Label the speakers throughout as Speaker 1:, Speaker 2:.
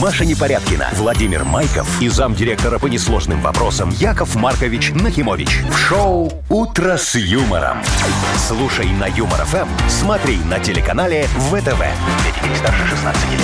Speaker 1: Маша Непорядкина, Владимир Майков и замдиректора по несложным вопросам Яков Маркович Нахимович. В шоу «Утро с юмором». Слушай на Юмор ФМ, смотри на телеканале ВТВ. Для детей старше 16 лет.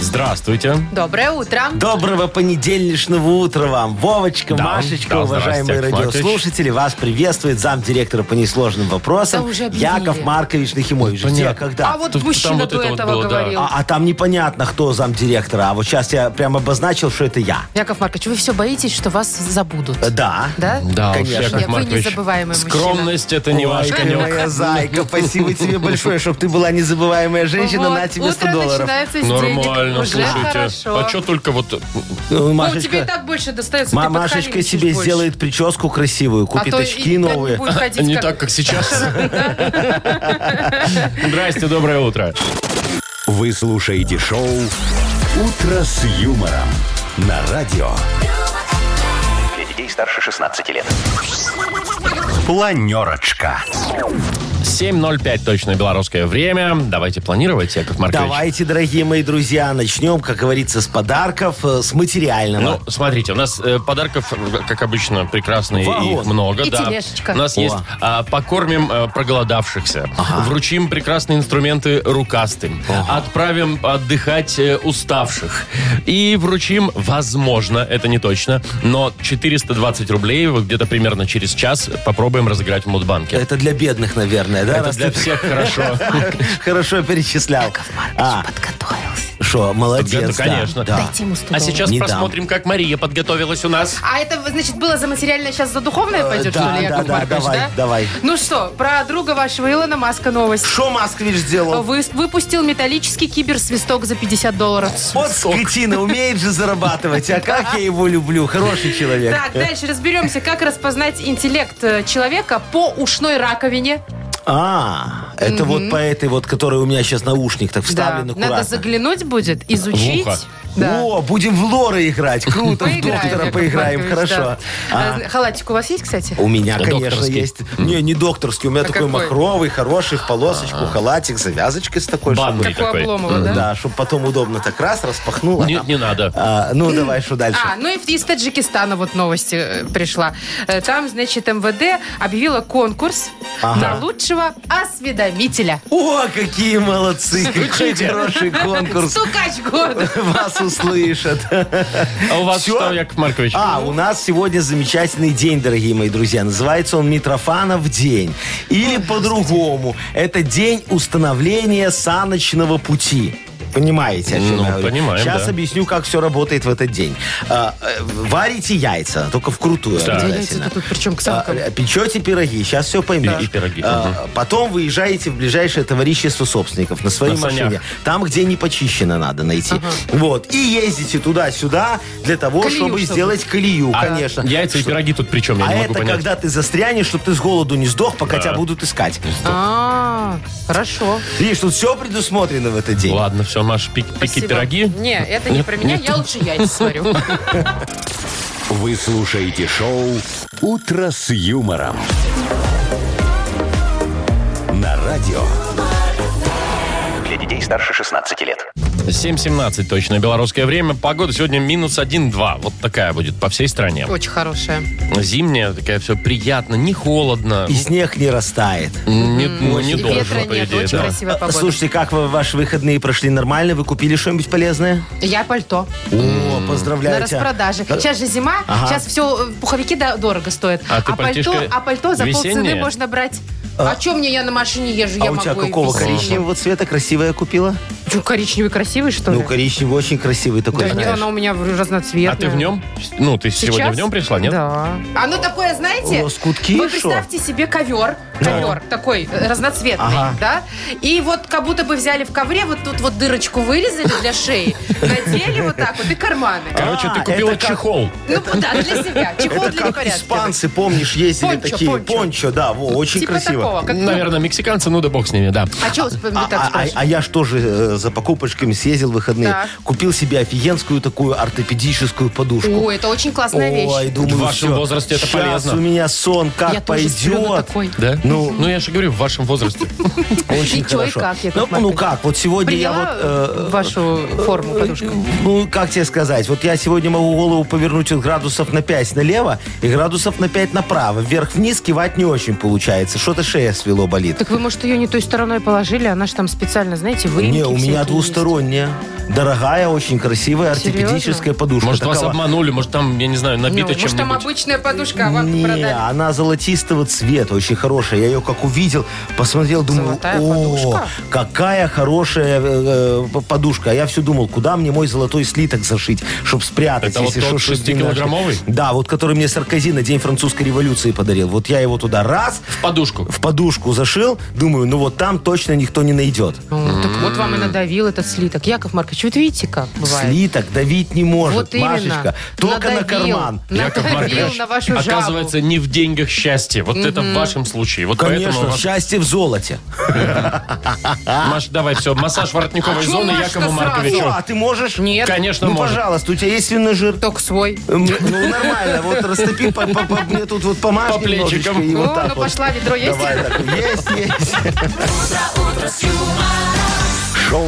Speaker 2: Здравствуйте.
Speaker 3: Доброе утро.
Speaker 4: Доброго понедельничного утра вам, Вовочка,
Speaker 2: Да,
Speaker 4: Машечка,
Speaker 2: да,
Speaker 4: уважаемые
Speaker 2: здрасте, Яков Маркович.
Speaker 4: радиослушатели. Вас приветствует замдиректора по несложным вопросам
Speaker 3: Да уже объявили.
Speaker 4: Яков Маркович Нахимович.
Speaker 2: Ну,
Speaker 4: Где,
Speaker 2: понятно.
Speaker 4: когда?
Speaker 3: а вот
Speaker 2: тут-
Speaker 3: мужчина
Speaker 2: там вот
Speaker 3: до
Speaker 2: это вот
Speaker 3: этого
Speaker 2: было, да.
Speaker 3: говорил.
Speaker 4: А, а там непонятно, кто замдиректора. А вот сейчас я прям обозначил, что это я.
Speaker 2: а-
Speaker 3: Яков Маркович, вы все боитесь, что вас забудут.
Speaker 4: Э, Да.
Speaker 3: Да?
Speaker 2: Да,
Speaker 4: Конечно.
Speaker 2: уж, Яков
Speaker 3: Я- вы
Speaker 2: Маркович,
Speaker 3: незабываемый мужчина.
Speaker 2: Скромность это не ваш
Speaker 4: Ой, ты
Speaker 2: конек.
Speaker 4: моя зайка, спасибо тебе большое, чтобы ты была незабываемая женщина.
Speaker 3: Вот,
Speaker 4: На тебе 100
Speaker 3: утро
Speaker 4: долларов.
Speaker 3: начинается с денег.
Speaker 2: Нормально,
Speaker 3: Уже
Speaker 2: слушайте.
Speaker 3: хорошо.
Speaker 2: А что только вот...
Speaker 4: Ну,
Speaker 3: Ну, тебе и
Speaker 4: Машечка,
Speaker 3: так больше достается. ты
Speaker 4: ма-
Speaker 3: подходи,
Speaker 4: Машечка
Speaker 3: лечишь
Speaker 4: себе
Speaker 3: больше.
Speaker 4: сделает прическу красивую,
Speaker 3: А
Speaker 4: купит
Speaker 3: то и-
Speaker 4: очки
Speaker 3: и так
Speaker 4: новые.
Speaker 3: будет ходить,
Speaker 2: Не
Speaker 3: как-
Speaker 2: так, как сейчас. Здрасте, доброе утро.
Speaker 1: Вы слушаете шоу «Утро с юмором» на радио. Для детей старше 16 лет. Планерочка.
Speaker 2: 7.05 точно белорусское время. Давайте планировать, Яков Маркович.
Speaker 4: Давайте, дорогие мои друзья, начнем, как говорится, с подарков, э, с материального.
Speaker 2: Ну, смотрите, у нас э, подарков, э, как обычно, прекрасные,
Speaker 4: Вагон.
Speaker 2: их много.
Speaker 3: И
Speaker 2: да.
Speaker 3: тележечка.
Speaker 2: У нас
Speaker 4: О.
Speaker 2: есть а, покормим э, проголодавшихся, вручим прекрасные инструменты рукастым, отправим отдыхать э, уставших и вручим, возможно, это не точно, но 420 рублей вот где-то примерно через час попробуем разыграть в Мудбанке.
Speaker 4: Это для бедных, наверное, да?
Speaker 2: Это
Speaker 4: раз
Speaker 2: для
Speaker 4: ты
Speaker 2: всех хорошо.
Speaker 4: Хорошо перечислял. А,
Speaker 3: Подготовился.
Speaker 4: что, молодец.
Speaker 2: Подготов-
Speaker 4: да,
Speaker 2: конечно.
Speaker 4: да.
Speaker 3: Дайте ему 100
Speaker 2: А сейчас
Speaker 4: Не дам.
Speaker 2: посмотрим, как Мария подготовилась у нас.
Speaker 3: А это, значит, было за материальное, сейчас за духовное пойдет,
Speaker 4: Э, да,
Speaker 3: что ли,
Speaker 4: да,
Speaker 3: Яков
Speaker 4: да,
Speaker 3: Маркович,
Speaker 4: давай,
Speaker 3: да?
Speaker 4: давай.
Speaker 3: Ну что, про друга вашего Илона Маска новость.
Speaker 4: Что Москвич сделал?
Speaker 3: Вы, выпустил металлический киберсвисток за 50 долларов.
Speaker 4: Вот скотина, умеет же зарабатывать. А как я его люблю. Хороший человек.
Speaker 3: Так, дальше разберемся, как распознать интеллект э, человека по ушной раковине.
Speaker 4: А, это вот по этой вот, которая у меня сейчас наушник так вставлен
Speaker 3: Надо
Speaker 4: аккуратно.
Speaker 3: заглянуть будет, изучить.
Speaker 2: В ухо.
Speaker 3: Да.
Speaker 4: О, будем в лоры играть. Круто, в
Speaker 3: Поиграем,
Speaker 4: доктора
Speaker 3: Яков
Speaker 4: поиграем.
Speaker 3: Маркович,
Speaker 4: Хорошо.
Speaker 3: да.
Speaker 4: А.
Speaker 3: А, Халатик у вас есть, кстати?
Speaker 4: У меня, конечно,
Speaker 2: Докторский.
Speaker 4: есть. Не, не докторский. У меня
Speaker 3: А
Speaker 4: такой
Speaker 3: какой?
Speaker 4: махровый, хороший, в
Speaker 2: А.
Speaker 4: полосочку, халатик, завязочкой с такой.
Speaker 2: Банный
Speaker 3: Как у
Speaker 2: такой.
Speaker 3: Обломова, да?
Speaker 4: Да, чтобы потом удобно так раз распахнула.
Speaker 2: Нет, не надо.
Speaker 4: ну, давай, что дальше?
Speaker 3: А, ну и из Таджикистана вот новости э, пришла. Э, Там, значит, МВД объявила конкурс
Speaker 4: Ага.
Speaker 3: на лучшего осведомителя.
Speaker 4: О, какие молодцы! Какой
Speaker 2: Стучите.
Speaker 4: хороший конкурс.
Speaker 3: Стукач года.
Speaker 4: Вас услышат.
Speaker 2: А у вас
Speaker 4: Всё?
Speaker 2: что, Яков Маркович?
Speaker 4: А, у нас сегодня замечательный день, дорогие мои друзья. Называется он Митрофанов день. Или по-другому. Это день установления саночного пути. Понимаете, о чем
Speaker 2: Ну,
Speaker 4: я говорю?
Speaker 2: понимаем,
Speaker 4: Сейчас
Speaker 2: да.
Speaker 4: объясню, как все работает в этот день. А, э, Варите яйца, только вкрутую
Speaker 2: Так.
Speaker 3: Где
Speaker 4: обязательно.
Speaker 3: яйца-то тут, причем к самкам?
Speaker 4: А, э, Печете пироги, сейчас все поймешь.
Speaker 2: И- и пироги,
Speaker 4: А, Потом выезжаете в ближайшее товарищество собственников на своей
Speaker 2: На санях.
Speaker 4: машине. Там, где не почищено, надо найти. Вот. И ездите туда-сюда для того,
Speaker 3: Колею,
Speaker 4: чтобы
Speaker 3: чтобы.
Speaker 4: сделать колею,
Speaker 2: А
Speaker 4: конечно.
Speaker 2: Яйца и
Speaker 4: Что-
Speaker 2: пироги тут при чем? Я
Speaker 4: А
Speaker 2: не
Speaker 4: это
Speaker 2: могу понять.
Speaker 4: когда ты застрянешь, чтобы ты с голоду не сдох, пока тебя будут искать.
Speaker 3: А, хорошо.
Speaker 4: Видишь, тут все предусмотрено в этот день.
Speaker 2: Ладно, все, Маш, пик- пики
Speaker 3: Спасибо.
Speaker 2: пироги.
Speaker 3: Не, это не про меня, я лучше яйца сварю.
Speaker 1: Вы слушаете шоу «Утро с юмором». На радио. Для детей старше 16 лет.
Speaker 2: 7.17 точно, белорусское время. Погода сегодня минус 1-2. Вот такая будет по всей стране.
Speaker 3: Очень хорошая.
Speaker 2: Зимняя, такая все приятно, не холодно.
Speaker 4: И снег не растает.
Speaker 2: Не, ну, не
Speaker 3: И ветра
Speaker 2: должно, по
Speaker 3: нет,
Speaker 2: идее.
Speaker 3: очень
Speaker 2: да.
Speaker 3: красивая погода.
Speaker 4: Слушайте, как вы ваши выходные прошли нормально? Вы купили что-нибудь полезное?
Speaker 3: Я пальто
Speaker 4: О, поздравляю
Speaker 3: на
Speaker 4: тебя.
Speaker 3: распродаже. Сейчас же зима, сейчас все, пуховики да, дорого стоят.
Speaker 2: А ты
Speaker 3: пальто,
Speaker 2: пальтишко
Speaker 3: а пальто за полцены
Speaker 2: весеннее?
Speaker 3: можно брать. А, чё мне, я на машине езжу, я
Speaker 4: А у
Speaker 3: могу
Speaker 4: тебя
Speaker 3: и
Speaker 4: какого
Speaker 3: весеннее.
Speaker 4: коричневого цвета красивая купила?
Speaker 3: Чё, коричневый красивый, что ли?
Speaker 4: Ну, коричневый очень красивый такой,
Speaker 3: Да нет,
Speaker 4: знаешь.
Speaker 3: она у меня разноцветная.
Speaker 2: А ты в нем? Ну, ты сегодня
Speaker 3: Сейчас?
Speaker 2: в нем пришла, нет?
Speaker 3: Да. Оно А, ну, такое, знаете...
Speaker 4: Лоскутки,
Speaker 3: Вы
Speaker 4: шо?
Speaker 3: представьте себе ковер. Ковер такой, э, разноцветный,
Speaker 4: Ага.
Speaker 3: да? И вот как будто бы взяли в ковре, вот тут вот дырочку вырезали для шеи, надели вот так вот и карманы.
Speaker 2: Короче,
Speaker 4: А,
Speaker 2: ты
Speaker 4: это
Speaker 2: купила
Speaker 4: как-
Speaker 2: чехол.
Speaker 3: Ну да, для себя. Чехол
Speaker 4: Это
Speaker 3: для
Speaker 4: как
Speaker 3: непорядка.
Speaker 4: испанцы, помнишь, ездили
Speaker 3: Пончо,
Speaker 4: такие.
Speaker 3: пончо.
Speaker 4: Пончо. да, во, очень
Speaker 3: Типа
Speaker 4: красиво.
Speaker 3: такого. Как, ну,
Speaker 2: Наверное, мексиканцы, ну да бог с ними, да.
Speaker 3: а что вы
Speaker 4: А,
Speaker 3: так
Speaker 4: а- а-
Speaker 3: спрашиваете?
Speaker 4: а я что же э, за покупочками съездил в выходные,
Speaker 3: Так.
Speaker 4: купил себе офигенскую такую ортопедическую подушку.
Speaker 3: О, это очень классная
Speaker 4: Ой,
Speaker 3: вещь.
Speaker 4: думаю,
Speaker 2: В вашем
Speaker 4: всё,
Speaker 2: возрасте это
Speaker 4: щас
Speaker 2: полезно.
Speaker 4: у меня сон как
Speaker 3: Я тоже сплю на
Speaker 4: пойдет.
Speaker 3: такой.
Speaker 2: Да?
Speaker 4: Ну.
Speaker 2: ну я же говорю, в вашем возрасте.
Speaker 4: Очень
Speaker 3: И чё, и
Speaker 4: хорошо.
Speaker 3: как, Яков
Speaker 4: ну, ну
Speaker 3: Маркович?
Speaker 4: как, вот сегодня
Speaker 3: Приняла
Speaker 4: я вот... э,
Speaker 3: вашу форму подушка?
Speaker 4: Ну, как тебе сказать? Вот я сегодня могу голову повернуть от градусов на 5 налево и градусов на 5 направо. Вверх-вниз кивать не очень получается. Что-то шея свело, болит.
Speaker 3: Так вы, может, ее не той стороной положили, она же там специально, знаете, выемки
Speaker 4: не, у
Speaker 3: всякие
Speaker 4: меня
Speaker 3: есть.
Speaker 4: двусторонняя. Дорогая, очень красивая
Speaker 3: Серьезно?
Speaker 4: ортопедическая подушка.
Speaker 2: Может, вас
Speaker 4: Такова-
Speaker 2: обманули, может, там, я не знаю,
Speaker 3: Ну,
Speaker 2: набито
Speaker 3: может, там
Speaker 2: чем-нибудь.
Speaker 3: обычная подушка, а вам
Speaker 4: Не,
Speaker 3: продали.
Speaker 4: она золотистого цвета, очень хорошая. Я ее как увидел, посмотрел, думаю,
Speaker 3: Золотая
Speaker 4: о,
Speaker 3: подушка?
Speaker 4: какая хорошая э, э, подушка. А я все думал, куда мне мой золотой слиток зашить, чтобы спрятать.
Speaker 2: Это вот
Speaker 4: если
Speaker 2: тот
Speaker 4: шо, чтоб не
Speaker 2: 6-килограммовый?
Speaker 4: нашли. Да, вот который мне Саркози на день французской революции подарил. Вот я его туда раз
Speaker 2: В подушку.
Speaker 4: в подушку зашил, думаю, ну вот там точно никто не найдет.
Speaker 3: Ну, так вот вам и надавил этот слиток. Яков Маркович, вот видите, как бывает.
Speaker 4: Слиток давить не может,
Speaker 3: Вот именно.
Speaker 4: Машечка. Только на
Speaker 3: Надавил.
Speaker 4: карман.
Speaker 2: Яков
Speaker 3: Надавил
Speaker 2: Маркович,
Speaker 3: на вашу жабу.
Speaker 2: оказывается, не в деньгах счастье. Вот это в вашем случае. Вот поэтому,
Speaker 4: Конечно,
Speaker 2: у вас-
Speaker 4: счастье в золоте.
Speaker 2: Маш, давай все, массаж воротниковой
Speaker 3: А чё
Speaker 2: зоны Якову
Speaker 3: Маш-то сразу?
Speaker 2: Марковичу.
Speaker 4: Ну, а ты можешь?
Speaker 3: Нет,
Speaker 2: Конечно,
Speaker 4: ну,
Speaker 2: может.
Speaker 4: пожалуйста, у тебя есть винный жир?
Speaker 3: только свой.
Speaker 4: М, Ну, нормально, вот растопи, по- по- по- мне тут вот помажь
Speaker 2: По плечикам.
Speaker 4: немножечко, и
Speaker 3: О,
Speaker 4: вот так
Speaker 3: ну
Speaker 4: вот.
Speaker 3: пошла, ведро есть?
Speaker 4: Давай так, есть, есть.
Speaker 1: Шоу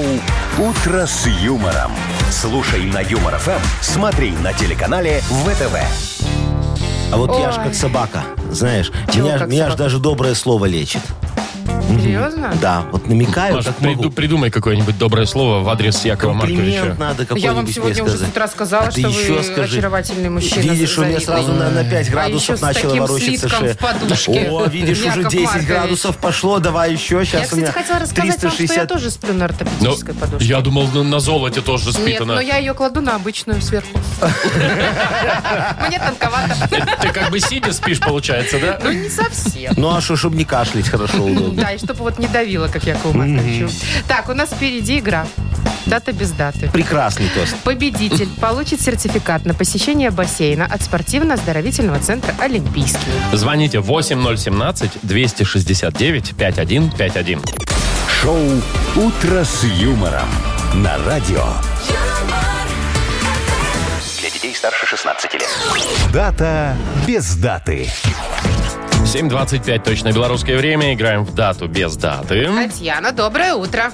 Speaker 1: «Утро с юмором». Слушай на Юмор ФМ, смотри на телеканале ВТВ.
Speaker 4: А вот я ж
Speaker 3: Ой.
Speaker 4: как собака, знаешь,
Speaker 3: Чего
Speaker 4: меня, ж-
Speaker 3: как
Speaker 4: меня ж
Speaker 3: собака?
Speaker 4: даже доброе слово лечит.
Speaker 3: Серьезно?
Speaker 4: Да, вот намекаю,
Speaker 2: Маш,
Speaker 4: как
Speaker 2: приду-
Speaker 4: могу.
Speaker 2: придумай какое-нибудь доброе слово в адрес Якова
Speaker 4: Комплимент
Speaker 2: Марковича.
Speaker 4: надо какой-нибудь
Speaker 3: Я вам сегодня
Speaker 4: мне
Speaker 3: уже с
Speaker 4: сказать.
Speaker 3: утра сказала,
Speaker 4: А ты
Speaker 3: что вы
Speaker 4: еще скажи.
Speaker 3: очаровательный мужчина.
Speaker 4: Видишь, у меня сразу на, на 5
Speaker 3: еще
Speaker 4: градусов
Speaker 3: с
Speaker 4: начало
Speaker 3: таким
Speaker 4: ворочаться
Speaker 3: слитком
Speaker 4: шея.
Speaker 3: в подушке.
Speaker 4: О, видишь, уже
Speaker 3: Яков
Speaker 4: 10
Speaker 3: Маркович.
Speaker 4: градусов пошло, давай еще.
Speaker 3: Я,
Speaker 4: Сейчас у меня
Speaker 3: кстати, хотела рассказать вам, что я
Speaker 4: 360.
Speaker 3: тоже сплю на
Speaker 2: Ну,
Speaker 3: ортопедической подушке.
Speaker 2: я думал, на, на золоте тоже спит
Speaker 3: Нет,
Speaker 2: она.
Speaker 3: но я ее кладу на обычную сверху. Мне тонковато.
Speaker 2: Ты как бы сидя спишь, получается, да?
Speaker 3: Ну, не совсем.
Speaker 4: Ну а что, чтобы не кашлять, хорошо, удобно.
Speaker 3: Да, и чтобы вот не давило, как Якову Марковичу. Так, у нас впереди игра. Дата без даты.
Speaker 4: Прекрасный тост.
Speaker 3: Победитель получит сертификат на посещение бассейна от спортивно-оздоровительного центра «Олимпийский».
Speaker 2: Звоните 8017-269-5151.
Speaker 1: Шоу «Утро с юмором» на радио. Для детей старше 16 лет. Дата без даты.
Speaker 2: 7.25 точно белорусское время. Играем в дату без даты.
Speaker 3: Татьяна, доброе утро.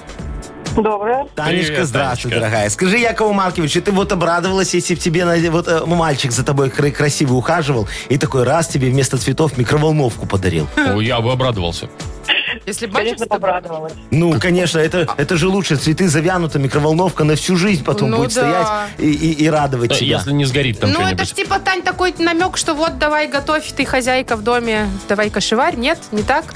Speaker 5: Доброе.
Speaker 4: Танечка,
Speaker 2: Привет,
Speaker 4: здравствуй,
Speaker 2: Танечка.
Speaker 4: дорогая. Скажи, Якову Марковичу, ты вот обрадовалась, если бы тебе на- вот, э, мальчик за тобой кра- красиво ухаживал и такой раз тебе вместо цветов микроволновку подарил.
Speaker 2: О, Я бы обрадовался.
Speaker 3: Если бы мальчик
Speaker 5: Конечно,
Speaker 3: с тобой-
Speaker 5: обрадовалась.
Speaker 4: Ну, конечно, это, это же лучше. Цветы завянута, микроволновка на всю жизнь потом
Speaker 3: Ну
Speaker 4: будет
Speaker 3: да.
Speaker 4: стоять и, и- и радовать
Speaker 2: Да,
Speaker 4: тебя.
Speaker 2: Если не сгорит там
Speaker 3: Ну, это ж
Speaker 2: что-нибудь.
Speaker 3: типа, Тань, такой намек, что вот, давай, готовь, ты хозяйка в доме, давай кошеварь. Нет, не так?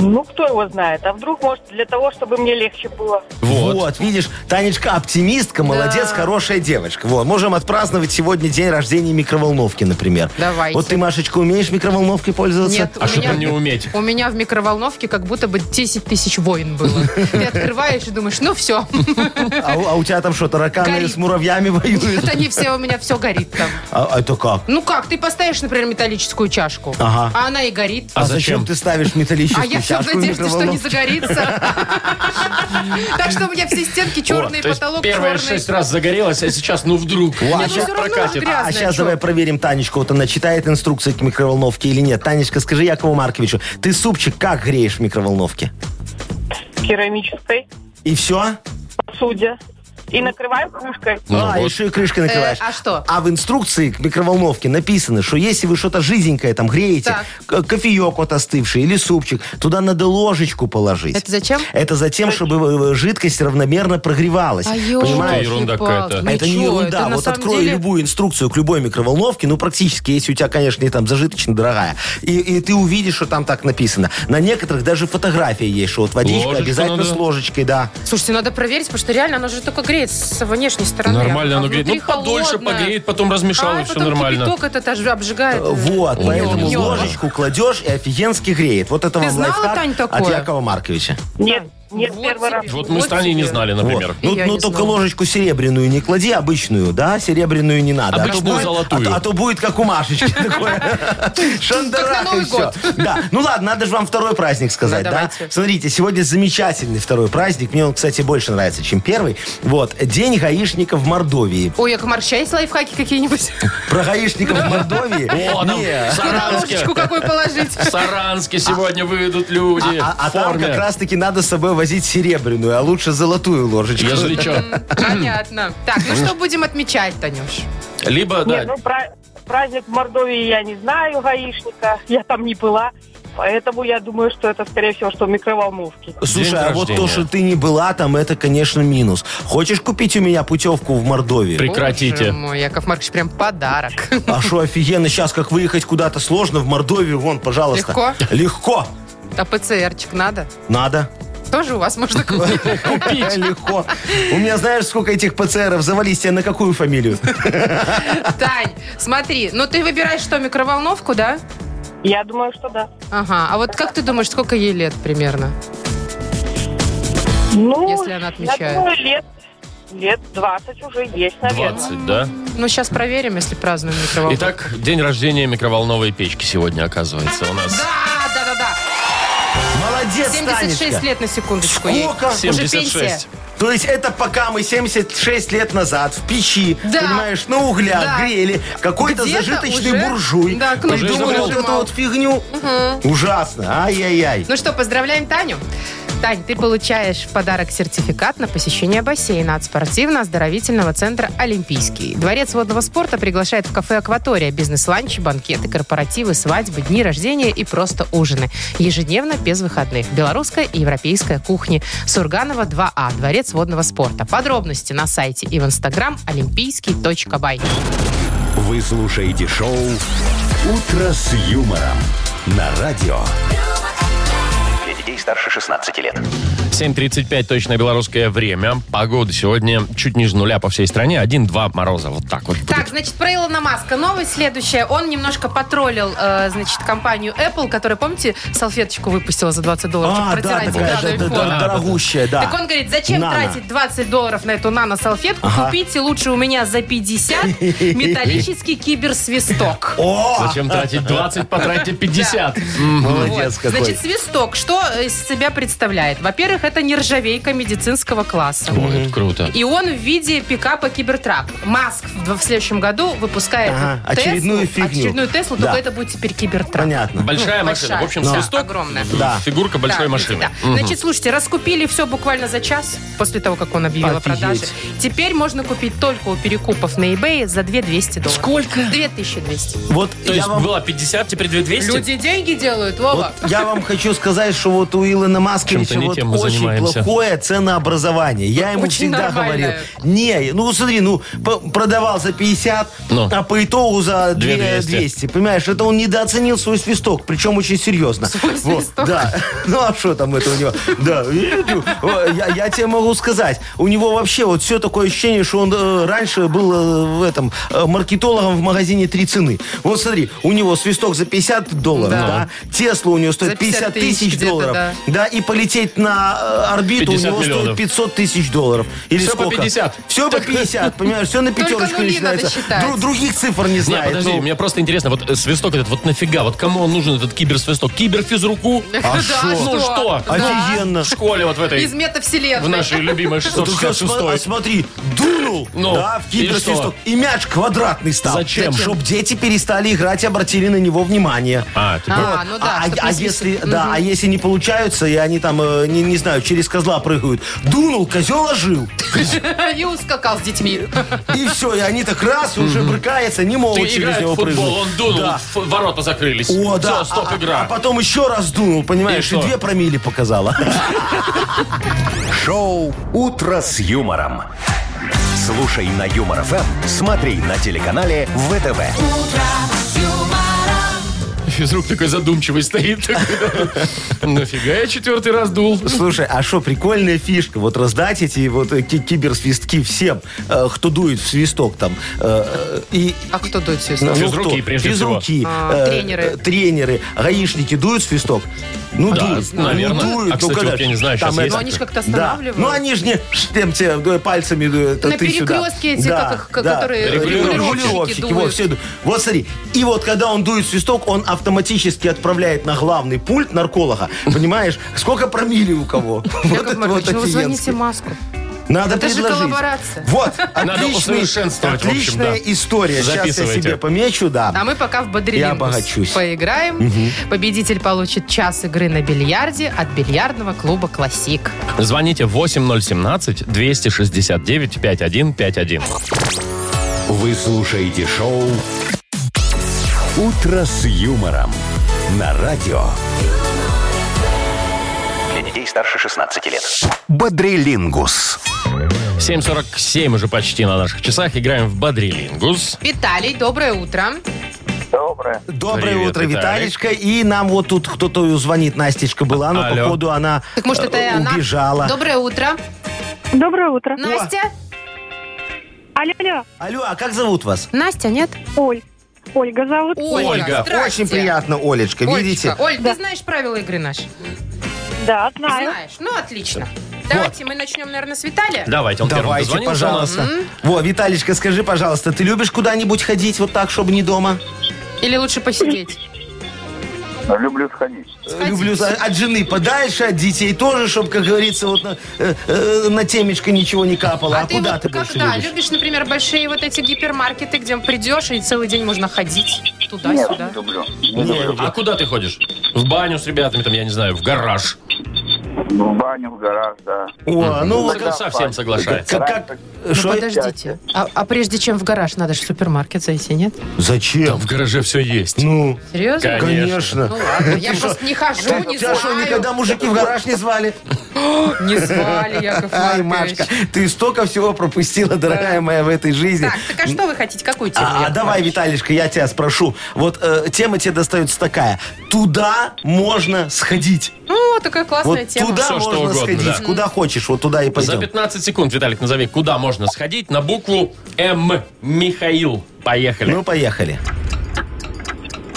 Speaker 5: Ну, кто его знает? А вдруг, может, для того, чтобы мне легче было?
Speaker 4: Вот.
Speaker 2: Вот.
Speaker 4: видишь, Танечка оптимистка, молодец, хорошая девочка. Вот, можем отпраздновать сегодня день рождения микроволновки, например.
Speaker 3: Давайте.
Speaker 4: Вот ты, Машечка, умеешь микроволновкой пользоваться?
Speaker 3: Нет,
Speaker 2: А что там не уметь?
Speaker 3: У меня в микроволновке как будто бы 10 тысяч войн было. Ты открываешь и думаешь, ну все.
Speaker 4: А, у- а у тебя там что, тараканы
Speaker 3: Горит.
Speaker 4: с муравьями воюют?
Speaker 3: Вот они все, у меня все горит там.
Speaker 4: А а это как?
Speaker 3: Ну как, ты поставишь, например, металлическую чашку,
Speaker 4: Ага.
Speaker 3: а она и горит.
Speaker 2: А
Speaker 4: А
Speaker 2: зачем?
Speaker 4: зачем ты ставишь металлическую
Speaker 3: А я все в
Speaker 4: чашку в
Speaker 3: надежде, что не
Speaker 4: микроволновку?
Speaker 3: загорится. Так что у меня все стенки черные,
Speaker 2: То есть
Speaker 3: потолок
Speaker 2: первые шесть
Speaker 3: черный.
Speaker 2: раз загорелась, а сейчас, ну вдруг,
Speaker 4: а
Speaker 2: не
Speaker 4: щас-
Speaker 2: тут
Speaker 3: всё равно
Speaker 2: прокатит.
Speaker 3: же
Speaker 4: А
Speaker 3: грязная,
Speaker 4: сейчас
Speaker 3: чё?
Speaker 4: давай проверим Танечку, вот она читает инструкции к микроволновке или нет. Танечка, скажи Якову Марковичу, ты супчик как греешь в микроволновке?
Speaker 5: В керамической
Speaker 4: И все?
Speaker 5: посуде.
Speaker 3: Ну.
Speaker 5: И накрываем кружкой.
Speaker 2: Ну
Speaker 4: а,
Speaker 2: вот.
Speaker 4: еще и крышкой
Speaker 3: Э,
Speaker 4: накрываешь.
Speaker 3: А что?
Speaker 4: А в инструкции к микроволновке написано, что если вы что-то жизненькое там греете, к- кофеек вот остывший или супчик, туда надо ложечку положить.
Speaker 3: Это зачем?
Speaker 4: Это за тем, чтобы э, жидкость равномерно прогревалась.
Speaker 3: А
Speaker 4: понимаешь?
Speaker 2: Что ерунда
Speaker 3: ёлки-палки.
Speaker 2: какая-то.
Speaker 3: Ну
Speaker 4: А это не
Speaker 3: чё,
Speaker 4: ерунда.
Speaker 3: это на
Speaker 4: вот
Speaker 3: самом
Speaker 4: открой
Speaker 3: деле-
Speaker 4: любую инструкцию к любой микроволновке, ну, практически, если у тебя, конечно, не там зажиточно дорогая. И, и ты увидишь, что там так написано. На некоторых даже фотография есть, что вот водичка
Speaker 2: Ложечку
Speaker 4: обязательно
Speaker 2: надо.
Speaker 4: с ложечкой, да.
Speaker 3: Слушайте, надо проверить, потому что реально оно же только греет с внешней стороны.
Speaker 2: Нормально
Speaker 3: а
Speaker 2: оно греет. Ну,
Speaker 3: внутри
Speaker 2: подольше
Speaker 3: холодное.
Speaker 2: погреет, потом размешал,
Speaker 3: а,
Speaker 2: и все
Speaker 3: потом
Speaker 2: нормально.
Speaker 3: кипяток этот аж обжигает.
Speaker 4: Э, Вот, поэтому
Speaker 2: не
Speaker 3: Ёлки-палки.
Speaker 2: знала.
Speaker 4: ложечку кладешь и офигенски греет. Вот это
Speaker 3: Ты
Speaker 4: вам
Speaker 3: знала,
Speaker 4: лайфхак
Speaker 3: Тань,
Speaker 4: от
Speaker 3: такое?
Speaker 4: Якова Марковича.
Speaker 5: Нет, Нет,
Speaker 3: Вот
Speaker 5: первый раз.
Speaker 3: тебе.
Speaker 2: Вот мы с Таней не
Speaker 3: тебе.
Speaker 2: знали, например.
Speaker 4: Вот. Ну,
Speaker 3: Я
Speaker 4: ну,
Speaker 3: не
Speaker 4: только
Speaker 3: знала.
Speaker 4: ложечку серебряную не клади, обычную, да, серебряную не надо.
Speaker 2: Обычную
Speaker 4: а то будет,
Speaker 2: золотую.
Speaker 4: А, то- а то будет как у Машечки такое.
Speaker 3: Как на
Speaker 4: Шандарах
Speaker 3: Новый
Speaker 4: и все.
Speaker 3: год.
Speaker 4: Да, ну ладно, надо же вам второй праздник сказать,
Speaker 3: Да,
Speaker 4: да?
Speaker 3: давайте.
Speaker 4: Смотрите, сегодня замечательный второй праздник. Мне он, кстати, больше нравится, чем первый. Вот, День гаишника в Мордовии.
Speaker 3: Ой, Яков Маркович, а есть лайфхаки какие-нибудь?
Speaker 4: Про гаишников в Мордовии?
Speaker 2: О, там
Speaker 4: Не. а,
Speaker 2: в
Speaker 3: Куда
Speaker 2: Саранске.
Speaker 3: ложечку какой положить?
Speaker 2: В Саранске
Speaker 3: А-
Speaker 2: сегодня выйдут люди.
Speaker 4: А, а
Speaker 2: в
Speaker 4: там
Speaker 2: форме.
Speaker 4: как раз-таки надо с собой возить серебряную, а лучше золотую ложечку.
Speaker 2: Ежели что.
Speaker 3: Понятно. Так, ну что будем отмечать, Танюш?
Speaker 2: Либо,
Speaker 5: Нет,
Speaker 2: да,
Speaker 5: ну пра- праздник в Мордовии я не знаю гаишника, я там не была. Поэтому я думаю, что это, скорее всего, что в микроволновке.
Speaker 4: Слушай,
Speaker 2: День
Speaker 4: а вот то,
Speaker 2: рождения.
Speaker 4: что ты не была там, это, конечно, минус. Хочешь купить у меня путевку в Мордовию?
Speaker 3: Боже
Speaker 2: прекратите.
Speaker 3: мой, Яков Маркович, прям подарок.
Speaker 4: А что офигенно, сейчас как выехать куда-то сложно, в Мордовию, вон, пожалуйста. Легко? Легко.
Speaker 3: А ПЦРчик надо?
Speaker 4: Надо.
Speaker 3: Тоже у вас можно купить.
Speaker 4: Легко. У меня знаешь, сколько этих ПЦРов завались тебе на какую фамилию?
Speaker 3: Тань, смотри, ну ты выбираешь что, микроволновку, да?
Speaker 5: Я думаю, что да.
Speaker 3: Ага, а вот как ты думаешь, сколько ей лет примерно?
Speaker 5: Ну,
Speaker 3: Если она
Speaker 5: Я
Speaker 3: отмечает.
Speaker 5: думаю, лет, лет 20 уже есть, наверное.
Speaker 2: 20, да?
Speaker 3: Ну, сейчас проверим, если празднуем микроволновку.
Speaker 2: Итак, день рождения микроволновой печки сегодня, оказывается, у нас.
Speaker 3: Да, да, да, да.
Speaker 4: Молодец,
Speaker 3: 76
Speaker 4: Танечка.
Speaker 3: лет на секундочку ей.
Speaker 4: Сколько?
Speaker 3: Сем- Уже пенсия.
Speaker 2: 76.
Speaker 4: То есть это пока мы 76 лет назад в печи,
Speaker 3: Да.
Speaker 4: понимаешь, на углях
Speaker 3: Да.
Speaker 4: грели какой-то
Speaker 3: Где-то
Speaker 4: зажиточный
Speaker 3: уже,
Speaker 4: буржуй.
Speaker 3: да, кнопку
Speaker 4: придумал вот эту
Speaker 3: нажимал.
Speaker 4: вот фигню. Ужасно. Ай-яй-яй.
Speaker 3: Ну что, поздравляем Таню. Тань, ты получаешь в подарок сертификат на посещение бассейна от спортивно-оздоровительного центра «Олимпийский». Дворец водного спорта приглашает в кафе «Акватория» бизнес-ланчи, банкеты, корпоративы, свадьбы, дни рождения и просто ужины. Ежедневно, без выходных. Белорусская и европейская кухни. Сурганова 2А. Дворец водного спорта. Подробности на сайте и в инстаграм олимпийский.бай.
Speaker 1: Вы слушаете шоу «Утро с юмором» на радио.
Speaker 6: Для детей старше 16 лет.
Speaker 2: 7.35, точное белорусское время. Погода сегодня чуть ниже нуля по всей стране. 1-2 мороза, вот так вот.
Speaker 3: Так, значит, про Илона Маска. Новость следующая. Он немножко потроллил, э, значит, компанию Apple, которая, помните, салфеточку выпустила за 20 долларов,
Speaker 4: А,
Speaker 3: чтобы
Speaker 4: да,
Speaker 3: протирать
Speaker 4: такая
Speaker 3: экран
Speaker 4: да, да,
Speaker 3: айфона.
Speaker 4: да, дорогущая, да.
Speaker 3: Так он говорит, зачем
Speaker 4: Нано.
Speaker 3: тратить 20 долларов на эту нано-салфетку?
Speaker 4: Ага.
Speaker 3: Купите лучше у меня за 50 металлический киберсвисток.
Speaker 4: О,
Speaker 2: Зачем тратить 20, потратьте 50.
Speaker 4: молодец
Speaker 3: Вот.
Speaker 4: какой.
Speaker 3: Значит, свисток, что э, из себя представляет? Во-первых, это нержавейка медицинского класса.
Speaker 2: Ой, это круто.
Speaker 3: И он в виде пикапа Кибертрак. Маск в, в следующем году выпускает
Speaker 4: Ага,
Speaker 3: Теслу,
Speaker 4: очередную фигню.
Speaker 3: очередную Теслу,
Speaker 4: Да.
Speaker 3: только это будет теперь Кибертрак.
Speaker 4: Понятно.
Speaker 2: Большая
Speaker 3: Ну,
Speaker 2: машина. В
Speaker 3: большая.
Speaker 2: общем,
Speaker 3: Да,
Speaker 2: свисток.
Speaker 3: огромная.
Speaker 4: Да.
Speaker 2: Фигурка большой
Speaker 3: Да,
Speaker 2: машины.
Speaker 3: да. Значит, слушайте, раскупили все буквально за час после того, как он объявил о
Speaker 4: Офигеть.
Speaker 3: продаже. Теперь можно купить только у перекупов на eBay за 2200 долларов. Сколько? 2200.
Speaker 4: Вот
Speaker 2: То
Speaker 4: я
Speaker 2: есть
Speaker 4: вам...
Speaker 2: было 50, теперь 2200?
Speaker 3: Люди деньги делают, Вова.
Speaker 4: Вот я вам хочу сказать, что вот у Илона Маскевича
Speaker 2: Чем-то не
Speaker 4: вот
Speaker 2: тем мы
Speaker 4: очень
Speaker 2: занимаемся.
Speaker 4: плохое ценообразование. Я ему
Speaker 3: Очень
Speaker 4: всегда
Speaker 3: нормальное.
Speaker 4: говорил. Не, ну смотри, ну по- продавал за 50,
Speaker 2: Ну.
Speaker 4: а по итогу за
Speaker 2: 200.
Speaker 4: 200. 200. Понимаешь, это он недооценил свой свисток, причем очень серьезно.
Speaker 3: Свой
Speaker 4: Вот,
Speaker 3: свисток?
Speaker 4: да. Ну а что там это у него? Да, видю. О, я- Я тебе могу сказать, у него вообще вот все такое ощущение, что он э, раньше был э, в этом э, маркетологом в магазине «Три цены». Вот смотри, у него свисток за 50 долларов,
Speaker 3: Да.
Speaker 4: да? Тесла у него стоит
Speaker 3: За
Speaker 4: 50
Speaker 3: тысяч
Speaker 4: тысяч
Speaker 3: где-то,
Speaker 4: долларов.
Speaker 3: да.
Speaker 4: Да. и полететь на э, орбиту у
Speaker 2: 50
Speaker 4: него
Speaker 2: миллионов.
Speaker 4: стоит 500 тысяч долларов. Или
Speaker 2: Всё по
Speaker 4: сколько?
Speaker 2: 50.
Speaker 4: Все по 50, понимаешь? Все на
Speaker 3: Только
Speaker 4: пятерочку
Speaker 3: нули надо
Speaker 4: начинается.
Speaker 3: считать.
Speaker 4: Дру- других цифр не
Speaker 2: Не,
Speaker 4: знает.
Speaker 2: подожди,
Speaker 4: ну.
Speaker 2: мне просто интересно, вот э, свисток этот, вот нафига, вот кому он нужен этот киберсвисток? Киберфизруку?
Speaker 3: Да,
Speaker 4: шо?
Speaker 2: Ну что?
Speaker 4: Офигенно.
Speaker 2: В школе вот в этой,
Speaker 3: Из метавселенной.
Speaker 2: в нашей любимой
Speaker 4: Вот сейчас смо- а
Speaker 2: 666
Speaker 4: смотри, дунул,
Speaker 2: Ну,
Speaker 4: да, в
Speaker 2: и
Speaker 4: киберсвисток, и, мяч квадратный стал.
Speaker 2: Зачем?
Speaker 4: Чтоб дети перестали играть и обратили на него внимание.
Speaker 2: А, ты
Speaker 3: А, ну да,
Speaker 4: а,
Speaker 3: чтоб
Speaker 4: а
Speaker 3: не
Speaker 4: если,
Speaker 3: свистеть.
Speaker 4: да,
Speaker 3: Мгм.
Speaker 4: а если не получаются, и они там, э, не, не знаю, через козла прыгают, дунул, козел ожил. а-
Speaker 3: И ускакал с детьми.
Speaker 4: И все, и они так раз, и уже брыкается, не
Speaker 2: Ты
Speaker 4: могут через
Speaker 2: играет
Speaker 4: него
Speaker 2: в футбол,
Speaker 4: прыгнуть.
Speaker 2: он дунул,
Speaker 4: Да.
Speaker 2: ф- ворота закрылись.
Speaker 4: О, да.
Speaker 2: Все, стоп,
Speaker 4: а,
Speaker 2: игра.
Speaker 4: а потом еще раз дунул,
Speaker 2: И
Speaker 4: понимаешь, и,
Speaker 2: что?
Speaker 4: две промили показала.
Speaker 1: Шоу «Утро с юмором». Слушай на Юмор ФМ, смотри на телеканале ВТВ.
Speaker 2: физрук такой задумчивый стоит. такой, Нафига я четвертый раз дул?
Speaker 4: Слушай, а что, прикольная фишка, вот раздать эти вот э, ки- киберсвистки всем, э, кто дует в свисток там. э, э, и,
Speaker 3: А кто дует свисток?
Speaker 4: ну,
Speaker 2: Физруки,
Speaker 4: кто?
Speaker 2: прежде всего.
Speaker 4: Физруки,
Speaker 3: А,
Speaker 4: э,
Speaker 3: тренеры.
Speaker 4: э, тренеры, гаишники дуют свисток? Ну,
Speaker 2: Да,
Speaker 4: дуют.
Speaker 2: наверное.
Speaker 4: Ну,
Speaker 2: А, кстати,
Speaker 4: когда
Speaker 2: вот я не знаю, сейчас
Speaker 4: там
Speaker 2: есть.
Speaker 4: это-
Speaker 3: Ну, они ж как-то
Speaker 4: Да.
Speaker 3: останавливают.
Speaker 4: Ну, они же не ш- тем тебе э, пальцами дуют, а
Speaker 3: На
Speaker 4: ты сюда.
Speaker 3: перекрестке эти, как- как- которые
Speaker 2: регулировщики
Speaker 4: Регулировщики,
Speaker 3: дуют.
Speaker 4: вот, все дуют. Вот смотри, и вот когда он дует свисток, он автоматически отправляет на главный пульт нарколога, понимаешь, сколько промили у кого. Вот
Speaker 3: Яков
Speaker 4: это
Speaker 3: Маркович,
Speaker 4: вот
Speaker 3: ну вы звоните
Speaker 4: офигенски.
Speaker 3: маску.
Speaker 4: Надо
Speaker 3: Это же
Speaker 4: предложить.
Speaker 3: коллаборация.
Speaker 4: Вот,
Speaker 2: Надо
Speaker 4: отличный,
Speaker 2: усовершенствовать, в общем,
Speaker 4: отличная
Speaker 2: да.
Speaker 4: история. Сейчас я
Speaker 2: Записывайте.
Speaker 4: себе помечу, да.
Speaker 3: А мы пока в Бодрилингус
Speaker 4: Я обогачусь.
Speaker 3: поиграем. Победитель получит час игры на бильярде от бильярдного клуба «Классик».
Speaker 2: Звоните 8017-269-5151.
Speaker 1: Вы слушаете шоу «Утро с юмором» на радио
Speaker 6: Для детей старше 16 лет.
Speaker 1: «Бодрилингус».
Speaker 2: 7.47 уже почти на наших часах. Играем в Бодрилингус.
Speaker 3: Виталий, доброе утро.
Speaker 5: Доброе.
Speaker 4: Доброе
Speaker 2: Привет,
Speaker 4: утро,
Speaker 2: Виталик.
Speaker 4: Виталичка. И нам вот тут кто-то звонит, Настечка была, но
Speaker 2: Алло.
Speaker 4: походу она
Speaker 3: Так может, это и
Speaker 4: э,
Speaker 3: она?
Speaker 4: убежала.
Speaker 3: Доброе утро.
Speaker 5: Доброе утро.
Speaker 3: Настя?
Speaker 5: Алло, алло.
Speaker 4: Алло, а как зовут вас?
Speaker 3: Настя, нет?
Speaker 5: Оль. Ольга зовут.
Speaker 2: Ольга,
Speaker 3: здрасте.
Speaker 4: Очень приятно, Олечка,
Speaker 3: Олечка,
Speaker 4: видите?
Speaker 3: Оль, ты знаешь правила игры наши?
Speaker 5: Да, знаю.
Speaker 3: Знаешь. Ну, отлично. Давайте мы начнем, наверное, с Виталия.
Speaker 2: Давайте, он первым
Speaker 4: Давайте,
Speaker 2: дозвонился у нас.
Speaker 4: пожалуйста. Во, Виталичка, скажи, пожалуйста, ты любишь куда-нибудь ходить вот так, чтобы не дома?
Speaker 3: Или лучше посидеть?
Speaker 7: Люблю сходить.
Speaker 3: Сходить.
Speaker 4: Э, Люблю за- от жены подальше, от детей тоже, чтобы, как говорится, вот на, э, э, на темечко ничего не капало. А,
Speaker 3: ты
Speaker 4: куда
Speaker 3: вот
Speaker 4: ты
Speaker 3: как,
Speaker 4: больше
Speaker 3: да,
Speaker 4: любишь?
Speaker 3: любишь, например, большие вот эти гипермаркеты, где придешь и целый день можно ходить туда-сюда?
Speaker 7: люблю.
Speaker 4: Не,
Speaker 2: А куда ты ходишь? В баню с ребятами, там, я не знаю, в гараж.
Speaker 7: В баню, в гараж, да.
Speaker 4: О, ну вот
Speaker 2: Тогда совсем соглашается.
Speaker 4: как- как-
Speaker 3: Ну,
Speaker 4: шо-
Speaker 3: подождите. А, а прежде чем в гараж, надо же в супермаркет зайти, нет?
Speaker 4: Зачем?
Speaker 2: В гараже все есть.
Speaker 4: Ну,
Speaker 3: Серьезно?
Speaker 2: Конечно.
Speaker 4: конечно.
Speaker 3: Ну ладно, я просто не хожу, не
Speaker 4: Тебя что, никогда
Speaker 3: знаю.
Speaker 4: мужики в гараж не звали?
Speaker 3: Не звали, Яков
Speaker 4: Ай,
Speaker 3: Маркович.
Speaker 4: Машка, ты столько всего пропустила, дорогая моя, в этой жизни.
Speaker 3: Так, так а что вы хотите? Какую тему?
Speaker 4: А, а
Speaker 3: Яков
Speaker 4: давай,
Speaker 3: Маркович?
Speaker 4: Виталишка, я тебя спрошу. Вот э, тема тебе достается такая. Туда можно сходить.
Speaker 3: Ну, такая классная
Speaker 4: Вот
Speaker 3: тема.
Speaker 4: туда
Speaker 2: Всё, что
Speaker 4: можно
Speaker 2: угодно,
Speaker 4: сходить.
Speaker 2: да.
Speaker 4: Куда хочешь, вот туда и
Speaker 2: За
Speaker 4: пойдем.
Speaker 2: 15 секунд, Виталик, назови, куда можно сходить на букву М. Михаил. Поехали.
Speaker 4: Ну, поехали.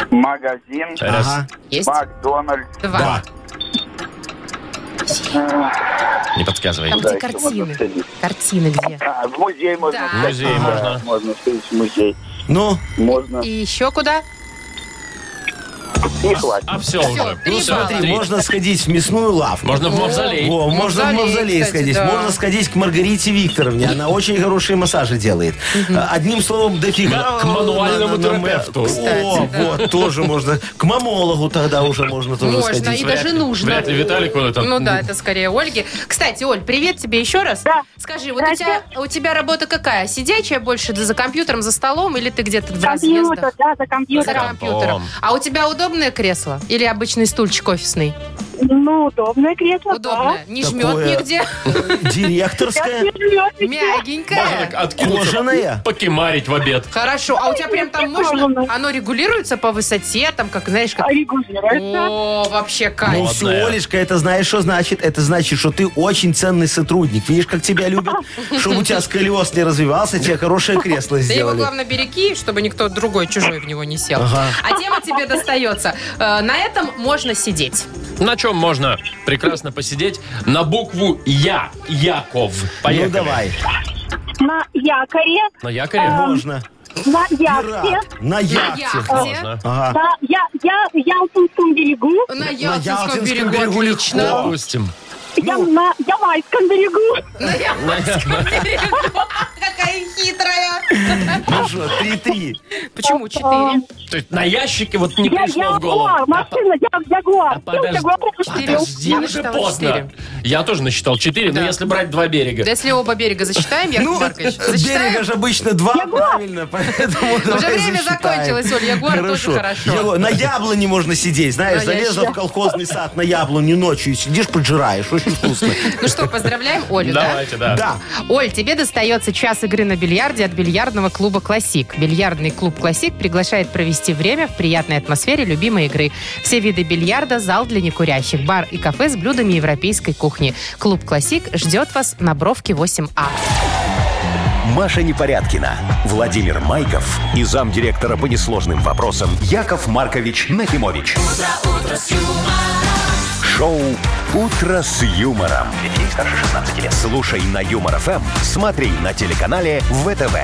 Speaker 7: Магазин,
Speaker 2: Раз.
Speaker 4: Ага.
Speaker 3: Есть?
Speaker 7: Макдональдс,
Speaker 3: Два.
Speaker 2: Не подсказывай.
Speaker 3: Там,
Speaker 7: Да,
Speaker 3: где
Speaker 7: еще
Speaker 3: картины.
Speaker 7: можно сходить.
Speaker 3: Картины где?
Speaker 7: а, в музей можно
Speaker 3: Да.
Speaker 7: сходить.
Speaker 2: Музей
Speaker 7: Да,
Speaker 2: можно.
Speaker 7: Можно сходить в музей.
Speaker 4: Ну,
Speaker 7: Можно.
Speaker 3: И еще куда?
Speaker 7: И хватит.
Speaker 2: А все
Speaker 3: Всё,
Speaker 2: уже.
Speaker 3: три
Speaker 2: Ну, всё,
Speaker 3: балла.
Speaker 2: три.
Speaker 4: смотри, можно сходить в мясную лавку.
Speaker 2: Можно в мавзолей.
Speaker 4: Во, можно в
Speaker 3: Мавзолей,
Speaker 4: мавзолей
Speaker 3: кстати,
Speaker 4: сходить.
Speaker 3: да.
Speaker 4: Можно сходить к Маргарите Викторовне. Она очень хорошие массажи делает. А, Одним словом, дофига.
Speaker 2: М- к мануальному
Speaker 4: На- на- на-
Speaker 2: терапевту.
Speaker 4: О,
Speaker 3: Кстати, да.
Speaker 4: вот, тоже можно. К мамологу тогда уже можно тоже
Speaker 3: Можно,
Speaker 4: сходить.
Speaker 3: и даже нужно.
Speaker 2: Вряд ли Виталик он это...
Speaker 3: Ну да, это скорее Ольги. Кстати, Оль, привет тебе еще раз.
Speaker 5: Да.
Speaker 3: Скажи, вот у
Speaker 5: Здрасте.
Speaker 3: тебя, у тебя работа какая? Сидячая больше да, за компьютером, за столом, или ты где-то в
Speaker 5: Компьютер,
Speaker 3: разъездах?
Speaker 5: да, за
Speaker 3: За
Speaker 5: компьютером.
Speaker 3: компьютером. А у тебя удобное кресло? Или обычный стульчик офисный?
Speaker 5: Ну, удобное кресло,
Speaker 3: Удобное. Не жмет
Speaker 4: Такое.
Speaker 3: нигде?
Speaker 5: да. Сейчас
Speaker 4: Директорская.
Speaker 5: не жмет ничего.
Speaker 2: Можно так
Speaker 4: а
Speaker 3: Мягенькое.
Speaker 2: откинуться,
Speaker 4: Кожаная?
Speaker 2: покемарить в обед.
Speaker 3: Хорошо. А у тебя прям там можно? Оно регулируется по высоте, там, как, знаешь, как...
Speaker 5: а Регулируется.
Speaker 3: О, вообще
Speaker 4: Ну
Speaker 3: кайф.
Speaker 4: все, Олечка, это знаешь, что значит? Это значит, что ты очень ценный сотрудник. Видишь, как тебя любят? Чтобы у тебя сколиоз не развивался, тебе хорошее кресло
Speaker 3: Ты его,
Speaker 4: сделали.
Speaker 3: главное, береги, чтобы никто другой, чужой в него не сел. А тема тебе достается. Э, На этом можно сидеть.
Speaker 2: На чем можно прекрасно посидеть? На букву Я. Яков. Поехали.
Speaker 4: Ну давай,
Speaker 5: На якоре.
Speaker 2: На якоре?
Speaker 3: А,
Speaker 4: можно.
Speaker 5: На яхте.
Speaker 4: Пират. На
Speaker 3: На
Speaker 4: яхте.
Speaker 3: яхте.
Speaker 4: Ага.
Speaker 5: Да, я, я, Ялтинском берегу,
Speaker 2: Ну.
Speaker 3: На
Speaker 4: Ялтинском
Speaker 3: Ялтинском берегу.
Speaker 4: берегу легко.
Speaker 3: Отлично.
Speaker 2: Допустим.
Speaker 5: я на Ямайском берегу.
Speaker 3: На Ялтинском берегу. Какая хитрая.
Speaker 4: Ну что, 3-3.
Speaker 3: Почему
Speaker 4: А,
Speaker 3: четыре?
Speaker 2: То есть на ящике вот не
Speaker 5: Я
Speaker 2: пришло в голову.
Speaker 5: Ягуар, машина, я
Speaker 2: А
Speaker 5: Ягуар.
Speaker 2: подожди,
Speaker 5: Ягуар четыре.
Speaker 2: подожди,
Speaker 3: Я
Speaker 2: уже
Speaker 3: насчитала
Speaker 2: поздно. Я тоже насчитал 4, но
Speaker 3: Да.
Speaker 2: если брать два берега.
Speaker 3: Да Если оба берега засчитаем, Яков
Speaker 4: Ну,
Speaker 3: Маркович,
Speaker 4: берега
Speaker 3: засчитаем?
Speaker 4: же обычно два, правильно, поэтому давай
Speaker 3: время
Speaker 4: засчитаем.
Speaker 3: закончилось, Оль, Ягуар тоже хорошо. Ну,
Speaker 4: Ягуар- На яблоне можно сидеть, знаешь,
Speaker 3: На
Speaker 4: залезла
Speaker 3: ящике.
Speaker 4: в колхозный сад на яблоню ночью и сидишь, поджираешь, очень вкусно.
Speaker 3: Ну что, поздравляем Олю, да?
Speaker 2: Давайте, да.
Speaker 4: Да,
Speaker 3: Оль, тебе достается час игры на бильярде от бильярдного клуба клуба «Классик». Бильярдный клуб «Классик» приглашает провести время в приятной атмосфере любимой игры. Все виды бильярда, зал для некурящих, бар и кафе с блюдами европейской кухни. Клуб «Классик» ждет вас на Бровке А. 8А.
Speaker 1: Маша Непорядкина, Владимир Майков и замдиректора по несложным вопросам Яков Маркович Нахимович. Шоу Утро с юмором. Для детей старше 16 лет. Слушай на юмор ФМ, смотри на телеканале ВТВ.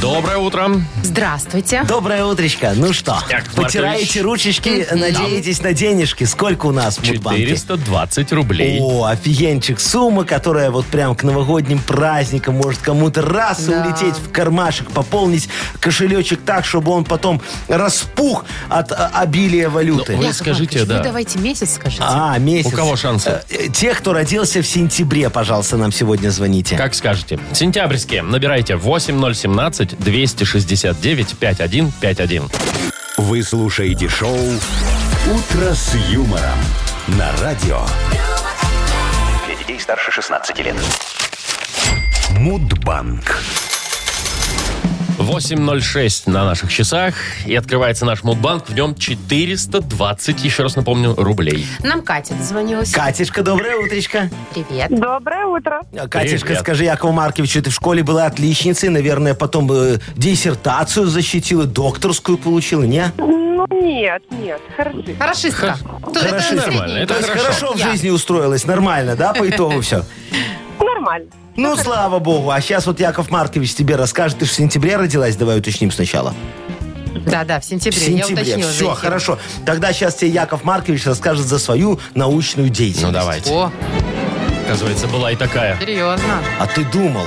Speaker 2: Доброе утро.
Speaker 3: Здравствуйте.
Speaker 4: Доброе утречко. Ну что,
Speaker 2: Яков Маркович.
Speaker 4: потираете ручечки, надеетесь на денежки. Сколько у нас в Мудбанке?
Speaker 2: 420 рублей.
Speaker 4: О, офигенчик. Сумма, которая вот прям к новогодним праздникам может кому-то раз и
Speaker 3: Да.
Speaker 4: улететь в кармашек, пополнить кошелечек так, чтобы он потом распух от а, обилия валюты.
Speaker 2: Ну, Вы
Speaker 3: Яков
Speaker 2: скажите,
Speaker 3: Маркович,
Speaker 2: да.
Speaker 3: Вы давайте месяц скажите.
Speaker 4: А, месяц.
Speaker 2: У кого шансы?
Speaker 4: Э, э, Те, кто родился в сентябре, пожалуйста, нам сегодня звоните.
Speaker 2: Как скажете. Сентябрьские. Набирайте 8017-269-5151.
Speaker 1: Вы слушаете шоу Утро с юмором на радио
Speaker 6: Для детей старше 16 лет.
Speaker 1: Мудбанк.
Speaker 2: 8.06 на наших часах. И открывается наш мудбанк. В нем 420, еще раз напомню, рублей.
Speaker 3: Нам Катя дозвонилась.
Speaker 4: Катюшка, доброе утречко.
Speaker 3: Привет.
Speaker 5: Доброе утро.
Speaker 4: Э, Катюшка,
Speaker 2: Привет.
Speaker 4: скажи, Якову Марковичу, ты в школе была отличницей, наверное, потом э, диссертацию защитила, докторскую получила, не?
Speaker 5: Ну, нет, нет, хороши.
Speaker 3: Хорошистка. Кто- это
Speaker 4: Хорошистка.
Speaker 3: средний.
Speaker 2: Нормально, это
Speaker 4: То есть
Speaker 2: хорошо.
Speaker 4: хорошо в
Speaker 3: Я.
Speaker 4: жизни устроилась, нормально, да, по итогу все?
Speaker 5: Нормально.
Speaker 4: Ну, слава богу. А сейчас вот Яков Маркович тебе расскажет. Ты же в сентябре родилась, давай уточним сначала.
Speaker 3: Да-да, в сентябре.
Speaker 4: В сентябре.
Speaker 3: Я уточнила. за
Speaker 4: все,
Speaker 3: эфиром.
Speaker 4: хорошо. Тогда сейчас тебе Яков Маркович расскажет за свою научную деятельность.
Speaker 2: Ну, давайте.
Speaker 3: О,
Speaker 2: Оказывается, была и такая.
Speaker 3: серьезно.
Speaker 4: А ты думал?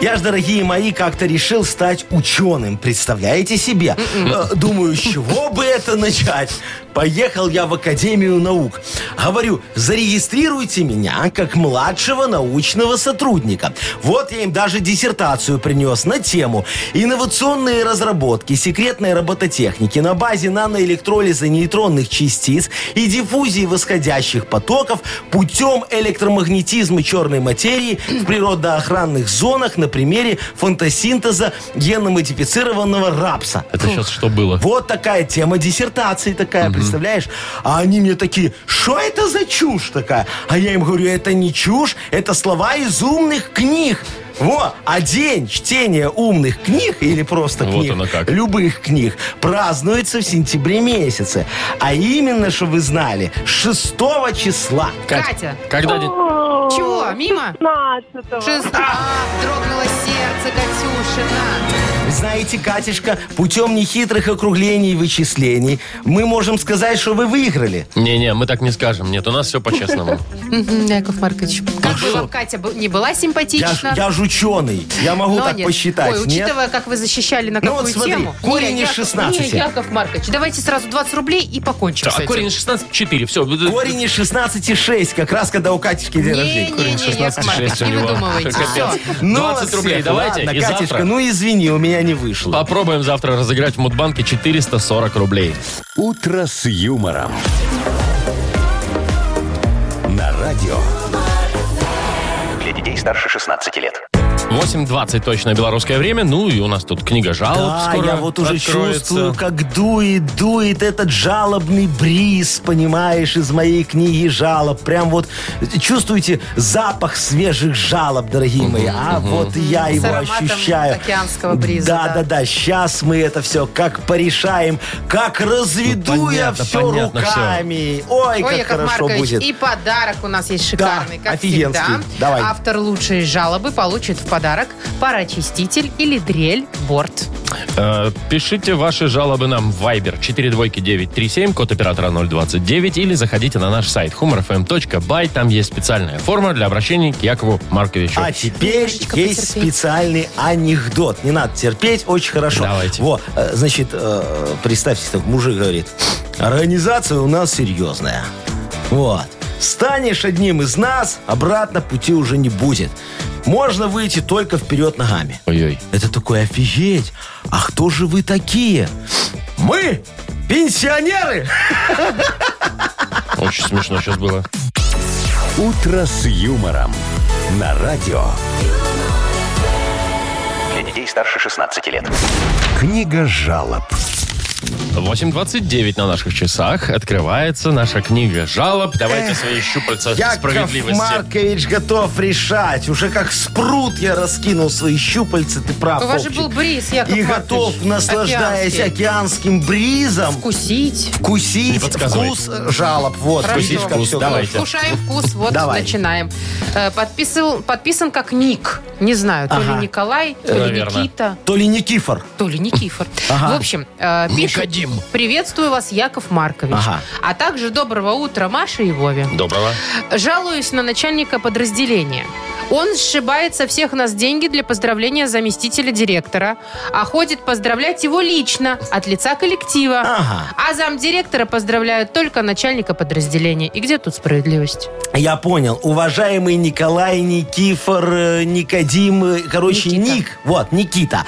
Speaker 4: Я ж, дорогие мои, как-то решил стать ученым. Представляете себе? Э, Думаю, с чего бы это начать? Поехал я в Академию наук. Говорю, зарегистрируйте меня как младшего научного сотрудника. Вот я им даже диссертацию принес на тему «Инновационные разработки секретной робототехники на базе наноэлектролиза нейтронных частиц и диффузии восходящих потоков путем электромагнетизма черной материи в природоохранных зонах на примере фотосинтеза генно-модифицированного рапса».
Speaker 2: Это сейчас что было?
Speaker 4: Вот такая тема диссертации такая, представляешь? А они мне такие, что это за чушь такая? А я им говорю, это не чушь, это слова из умных книг. Во, а день чтения умных книг, или просто
Speaker 2: Вот
Speaker 4: книг,
Speaker 2: оно как.
Speaker 4: любых книг, празднуется в сентябре месяце. А именно, что вы знали, 6 числа.
Speaker 3: Катя.
Speaker 2: Когда день-
Speaker 3: Чего? Мимо?
Speaker 5: 15
Speaker 3: Шест... А, дрогнуло сердце Катюшина.
Speaker 4: Знаете, Катюшка, путем нехитрых округлений и вычислений мы можем сказать, что вы выиграли.
Speaker 2: Не-не, мы так не скажем. Нет, у нас все по-честному.
Speaker 3: Мгм, Яков Маркович, как бы вам Катя бу- не была
Speaker 4: Я ж,
Speaker 3: симпатична?
Speaker 4: я ж ученый. Я могу
Speaker 3: но
Speaker 4: так
Speaker 3: нет.
Speaker 4: посчитать.
Speaker 3: Ой,
Speaker 4: нет?
Speaker 3: учитывая, как вы защищали на
Speaker 4: Ну вот
Speaker 3: какую
Speaker 4: смотри,
Speaker 3: тему.
Speaker 4: корень
Speaker 3: Не,
Speaker 4: из
Speaker 3: Яков-
Speaker 4: 16.
Speaker 3: Не, Яков Маркович, давайте сразу 20 рублей и покончим с
Speaker 2: Так,
Speaker 3: этим.
Speaker 2: корень из 16, 4. Все.
Speaker 4: Корень из 16,6, как раз когда у Катечки день рождения.
Speaker 2: корень
Speaker 3: Не-не-не, Яков
Speaker 2: 16,
Speaker 3: Маркович,
Speaker 2: шесть у
Speaker 3: не
Speaker 2: него.
Speaker 3: выдумывайте.
Speaker 2: Капец.
Speaker 3: Все.
Speaker 4: Ну,
Speaker 2: 20 рублей
Speaker 4: Света,
Speaker 2: давайте,
Speaker 4: Ладно,
Speaker 2: и
Speaker 4: Катечка,
Speaker 2: завтра.
Speaker 4: ну извини, у меня не вышло.
Speaker 2: Попробуем завтра разыграть в Мудбанке 440 рублей.
Speaker 1: Утро с юмором. На радио.
Speaker 6: Для детей старше 16 лет.
Speaker 2: 8.20 точно белорусское время. Ну и у нас тут книга жалоб
Speaker 4: Да,
Speaker 2: скоро
Speaker 4: я вот уже
Speaker 2: откроется.
Speaker 4: чувствую, как дует, дует этот жалобный бриз, понимаешь, из моей книги жалоб. Прям вот чувствуете запах свежих жалоб, дорогие мои. А вот и я его
Speaker 3: ароматом
Speaker 4: ощущаю.
Speaker 3: океанского бриза,
Speaker 4: Да,
Speaker 3: да.
Speaker 4: да, да. Сейчас мы это все как порешаем, как разведу
Speaker 2: Ну,
Speaker 4: я
Speaker 2: понятно,
Speaker 4: все
Speaker 2: понятно всё.
Speaker 4: руками. Ой,
Speaker 3: Ой,
Speaker 4: как
Speaker 3: Яков
Speaker 4: хорошо
Speaker 3: Маркович,
Speaker 4: будет.
Speaker 3: и подарок у нас есть шикарный,
Speaker 4: Да,
Speaker 3: как
Speaker 4: офигенский.
Speaker 3: всегда.
Speaker 4: Давай.
Speaker 3: Автор лучшей жалобы получит в подарок пароочиститель или дрель борт.
Speaker 2: Э, пишите ваши жалобы нам в Viber 42937, код оператора 029, или заходите на наш сайт humorfm.by. Там есть специальная форма для обращения к Якову Марковичу.
Speaker 4: А теперь есть
Speaker 3: Немножечко потерпеть.
Speaker 4: специальный анекдот. Не надо терпеть, очень хорошо.
Speaker 2: Давайте.
Speaker 4: Во, э, значит, э, представьте, так мужик говорит, организация у нас серьезная. Вот. Станешь одним из нас, обратно пути уже не будет. Можно выйти только вперед ногами.
Speaker 2: Ой-ой.
Speaker 4: Это такой офигеть. А кто же вы такие? Мы пенсионеры.
Speaker 2: Очень смешно сейчас было.
Speaker 1: «Утро с юмором» на радио.
Speaker 6: Для детей старше 16 лет.
Speaker 1: Книга жалоб.
Speaker 2: 8.29 на наших часах. Открывается наша книга жалоб. Давайте свои щупальца
Speaker 4: Яков
Speaker 2: справедливости.
Speaker 4: Маркович готов решать. Уже как спрут я раскинул свои щупальца, ты прав,
Speaker 3: У вас же
Speaker 4: А Вовчик.
Speaker 3: был бриз, Яков
Speaker 4: И
Speaker 3: Маркович,
Speaker 4: готов, наслаждаясь
Speaker 3: океанский.
Speaker 4: океанским бризом,
Speaker 3: Вкусить.
Speaker 2: Не
Speaker 4: вкусить
Speaker 2: подсказывай.
Speaker 4: вкус жалоб. Вот,
Speaker 3: Хорошо.
Speaker 4: видишь, как
Speaker 2: Вкус,
Speaker 4: все
Speaker 2: давай. Давайте.
Speaker 3: Вкушаем вкус, вот
Speaker 4: Давай.
Speaker 3: начинаем. Э, Подписывал, подписан как Ник. Не знаю, то
Speaker 4: Ага.
Speaker 3: ли Николай, то ли
Speaker 2: Наверно.
Speaker 3: Никита,
Speaker 4: То ли Никифор.
Speaker 3: то ли Никифор.
Speaker 4: Ага.
Speaker 3: В общем, э, пишет,
Speaker 2: Никодим.
Speaker 3: приветствую вас, Яков Маркович.
Speaker 4: Ага.
Speaker 3: А также доброго утра, Маше и Вове.
Speaker 2: Доброго.
Speaker 3: Жалуюсь на начальника подразделения. Он сшибает со всех нас деньги для поздравления заместителя директора, а ходит поздравлять его лично, от лица коллектива.
Speaker 4: Ага.
Speaker 3: А замдиректора поздравляют только начальника подразделения. И где тут справедливость?
Speaker 4: Я понял. Уважаемый Николай, Никифор, э, Никодим, э, короче,
Speaker 3: Никита.
Speaker 4: Ник, вот, Никита.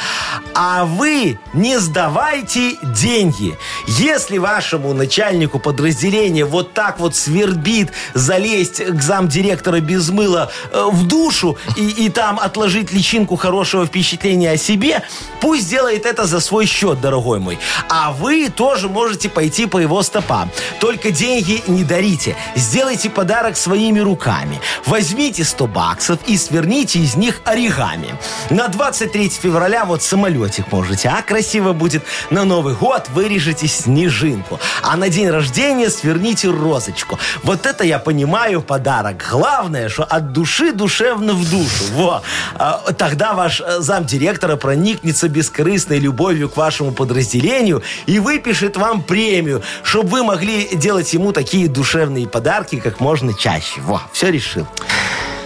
Speaker 4: А вы не сдавайте деньги. Если вашему начальнику подразделения вот так вот свербит залезть к замдиректора без мыла э, в душу и, и там отложить личинку хорошего впечатления о себе, пусть делает это за свой счет, дорогой мой. А вы тоже можете пойти по его стопам. Только деньги не дарите. Сделайте подарок своими руками. Возьмите 100 баксов и сверните из них оригами. На 23 февраля вот самолетик можете, а красиво будет. На Новый год вырежете снежинку. А на день рождения сверните розочку. Вот это я понимаю подарок. Главное, что от души душевно в душу. Во. А, Тогда ваш э, замдиректора проникнется бескорыстной любовью к вашему подразделению и выпишет вам премию, чтобы вы могли делать ему такие душевные подарки как можно чаще. Во, все решил.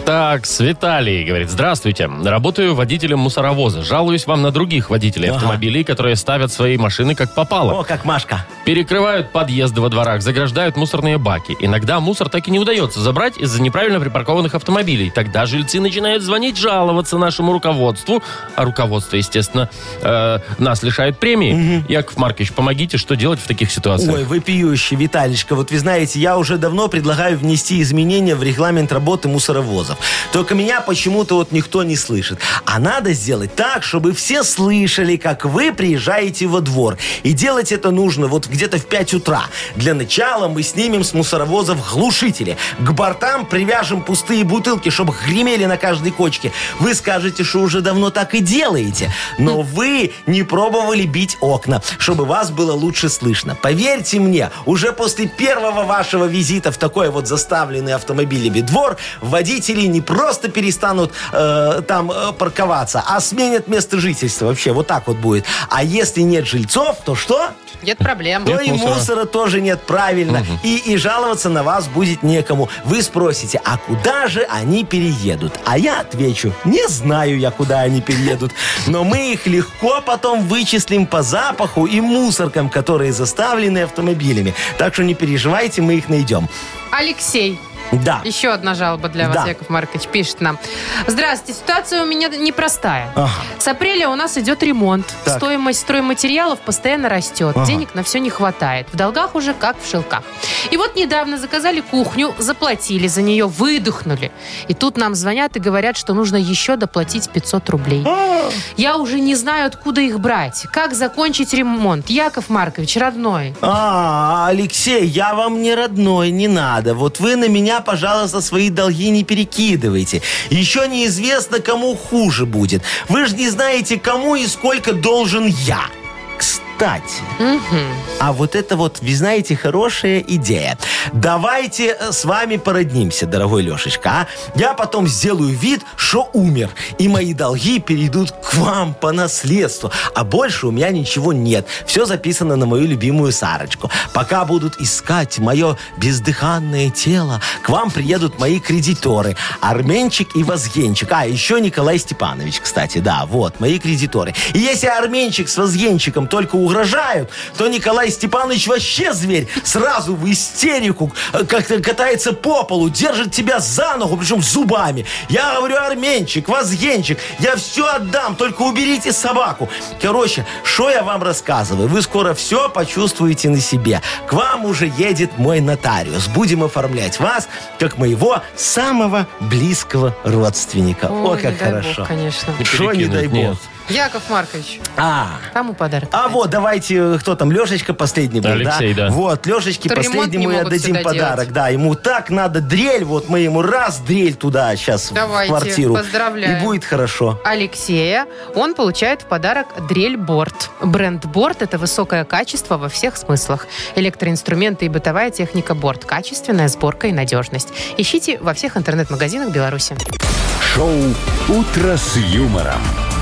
Speaker 2: Так, с Виталий говорит, здравствуйте. Работаю водителем мусоровоза. Жалуюсь вам на других водителей
Speaker 4: Ага.
Speaker 2: автомобилей, которые ставят свои машины как попало.
Speaker 4: О, как Машка.
Speaker 2: Перекрывают подъезды во дворах, заграждают мусорные баки. Иногда мусор так и не удается забрать из-за неправильно припаркованных автомобилей. Тогда жильцы начинают звонить, жаловаться нашему руководству. А руководство, естественно, э, нас лишает премии. Яков Маркович, помогите, что делать в таких ситуациях?
Speaker 4: Ой, вопиющий, Виталичка. Вот вы знаете, я уже давно предлагаю внести изменения в регламент работы мусоровозов. Только меня почему-то вот никто не слышит. А надо сделать так, чтобы все слышали, как вы приезжаете во двор. И делать это нужно вот где-то в 5 утра. Для начала мы снимем с мусоровозов глушители. К бортам привяжем пустые бутылки, чтобы гремели на каждой кочке. Вы скажете, что уже давно так и делаете. Но вы не пробовали бить окна, чтобы вас было лучше слышно. Поверьте мне, уже после первого вашего визита в такой вот заставленный автомобилями двор, водители не просто перестанут э, там э, парковаться, а сменят место жительства. Вообще, вот так вот будет. А если нет жильцов, то что?
Speaker 3: Нет проблем.
Speaker 4: То Ну и мусора. тоже нет, правильно. И, и жаловаться на вас будет некому. Вы спросите, а куда же они переедут? А я отвечу, не знаю я, куда они переедут. Но мы их легко потом вычислим по запаху и мусоркам, которые заставлены автомобилями. Так что не переживайте, мы их найдем.
Speaker 3: Алексей.
Speaker 4: Да.
Speaker 3: Еще одна жалоба для вас,
Speaker 4: Да.
Speaker 3: Яков Маркович, пишет нам. Здравствуйте, ситуация у меня непростая.
Speaker 4: Ага.
Speaker 3: С апреля у нас идет ремонт.
Speaker 4: Так.
Speaker 3: Стоимость стройматериалов постоянно растет. Денег на все не хватает. В долгах уже как в шелках. И вот недавно заказали кухню, заплатили за нее, выдохнули. И тут нам звонят и говорят, что нужно еще доплатить 500 рублей. Я уже не знаю, откуда их брать. Как закончить ремонт? Яков Маркович, родной.
Speaker 4: А, Алексей, я вам не родной, не надо. Вот вы на меня, пожалуйста, свои долги не перекидывайте. Еще неизвестно, кому хуже будет. Вы же не знаете, кому и сколько должен я. Кстати, а вот это вот, вы знаете, хорошая идея. Давайте э, с вами породнимся, дорогой Лешечка. а? Я потом сделаю вид, что умер. И мои долги перейдут к вам по наследству. А больше у меня ничего нет. Все записано на мою любимую Сарочку. Пока будут искать мое бездыханное тело, к вам приедут мои кредиторы. Арменчик и Возгенчик. А, еще Николай Степанович, кстати, да, вот, мои кредиторы. И если Арменчик с Возгенчиком только у угрожают, то Николай Степанович вообще зверь. Сразу в истерику э, как-то катается по полу, держит тебя за ногу, причем зубами. Я говорю, арменчик, возгенчик, я все отдам, только уберите собаку. Короче, что я вам рассказываю? Вы скоро все почувствуете на себе. К вам уже едет мой нотариус. Будем оформлять вас, как моего самого близкого родственника. О,
Speaker 3: Ой,
Speaker 4: как
Speaker 3: не дай бог,
Speaker 4: хорошо.
Speaker 3: конечно.
Speaker 4: Что не дай
Speaker 2: Перекинуть, нет.
Speaker 4: бог.
Speaker 3: Яков Маркович,
Speaker 4: А,
Speaker 3: кому подарок?
Speaker 4: а вот, давайте, кто там, Лешечка последний был,
Speaker 2: Алексей, да.
Speaker 4: Вот, Лешечке
Speaker 3: Который ремонт не
Speaker 4: последнему и
Speaker 3: могут
Speaker 4: отдадим
Speaker 3: сюда
Speaker 4: подарок.
Speaker 3: делать.
Speaker 4: Да, ему так надо дрель, вот мы ему раз дрель туда сейчас
Speaker 3: Давайте,
Speaker 4: в квартиру.
Speaker 3: поздравляем.
Speaker 4: И будет хорошо.
Speaker 3: Алексея. Он получает в подарок дрель-борт. Бренд-борт – это высокое качество во всех смыслах. Электроинструменты и бытовая техника борт. Качественная сборка и надежность. Ищите во всех интернет-магазинах Беларуси.
Speaker 1: Шоу «Утро с юмором»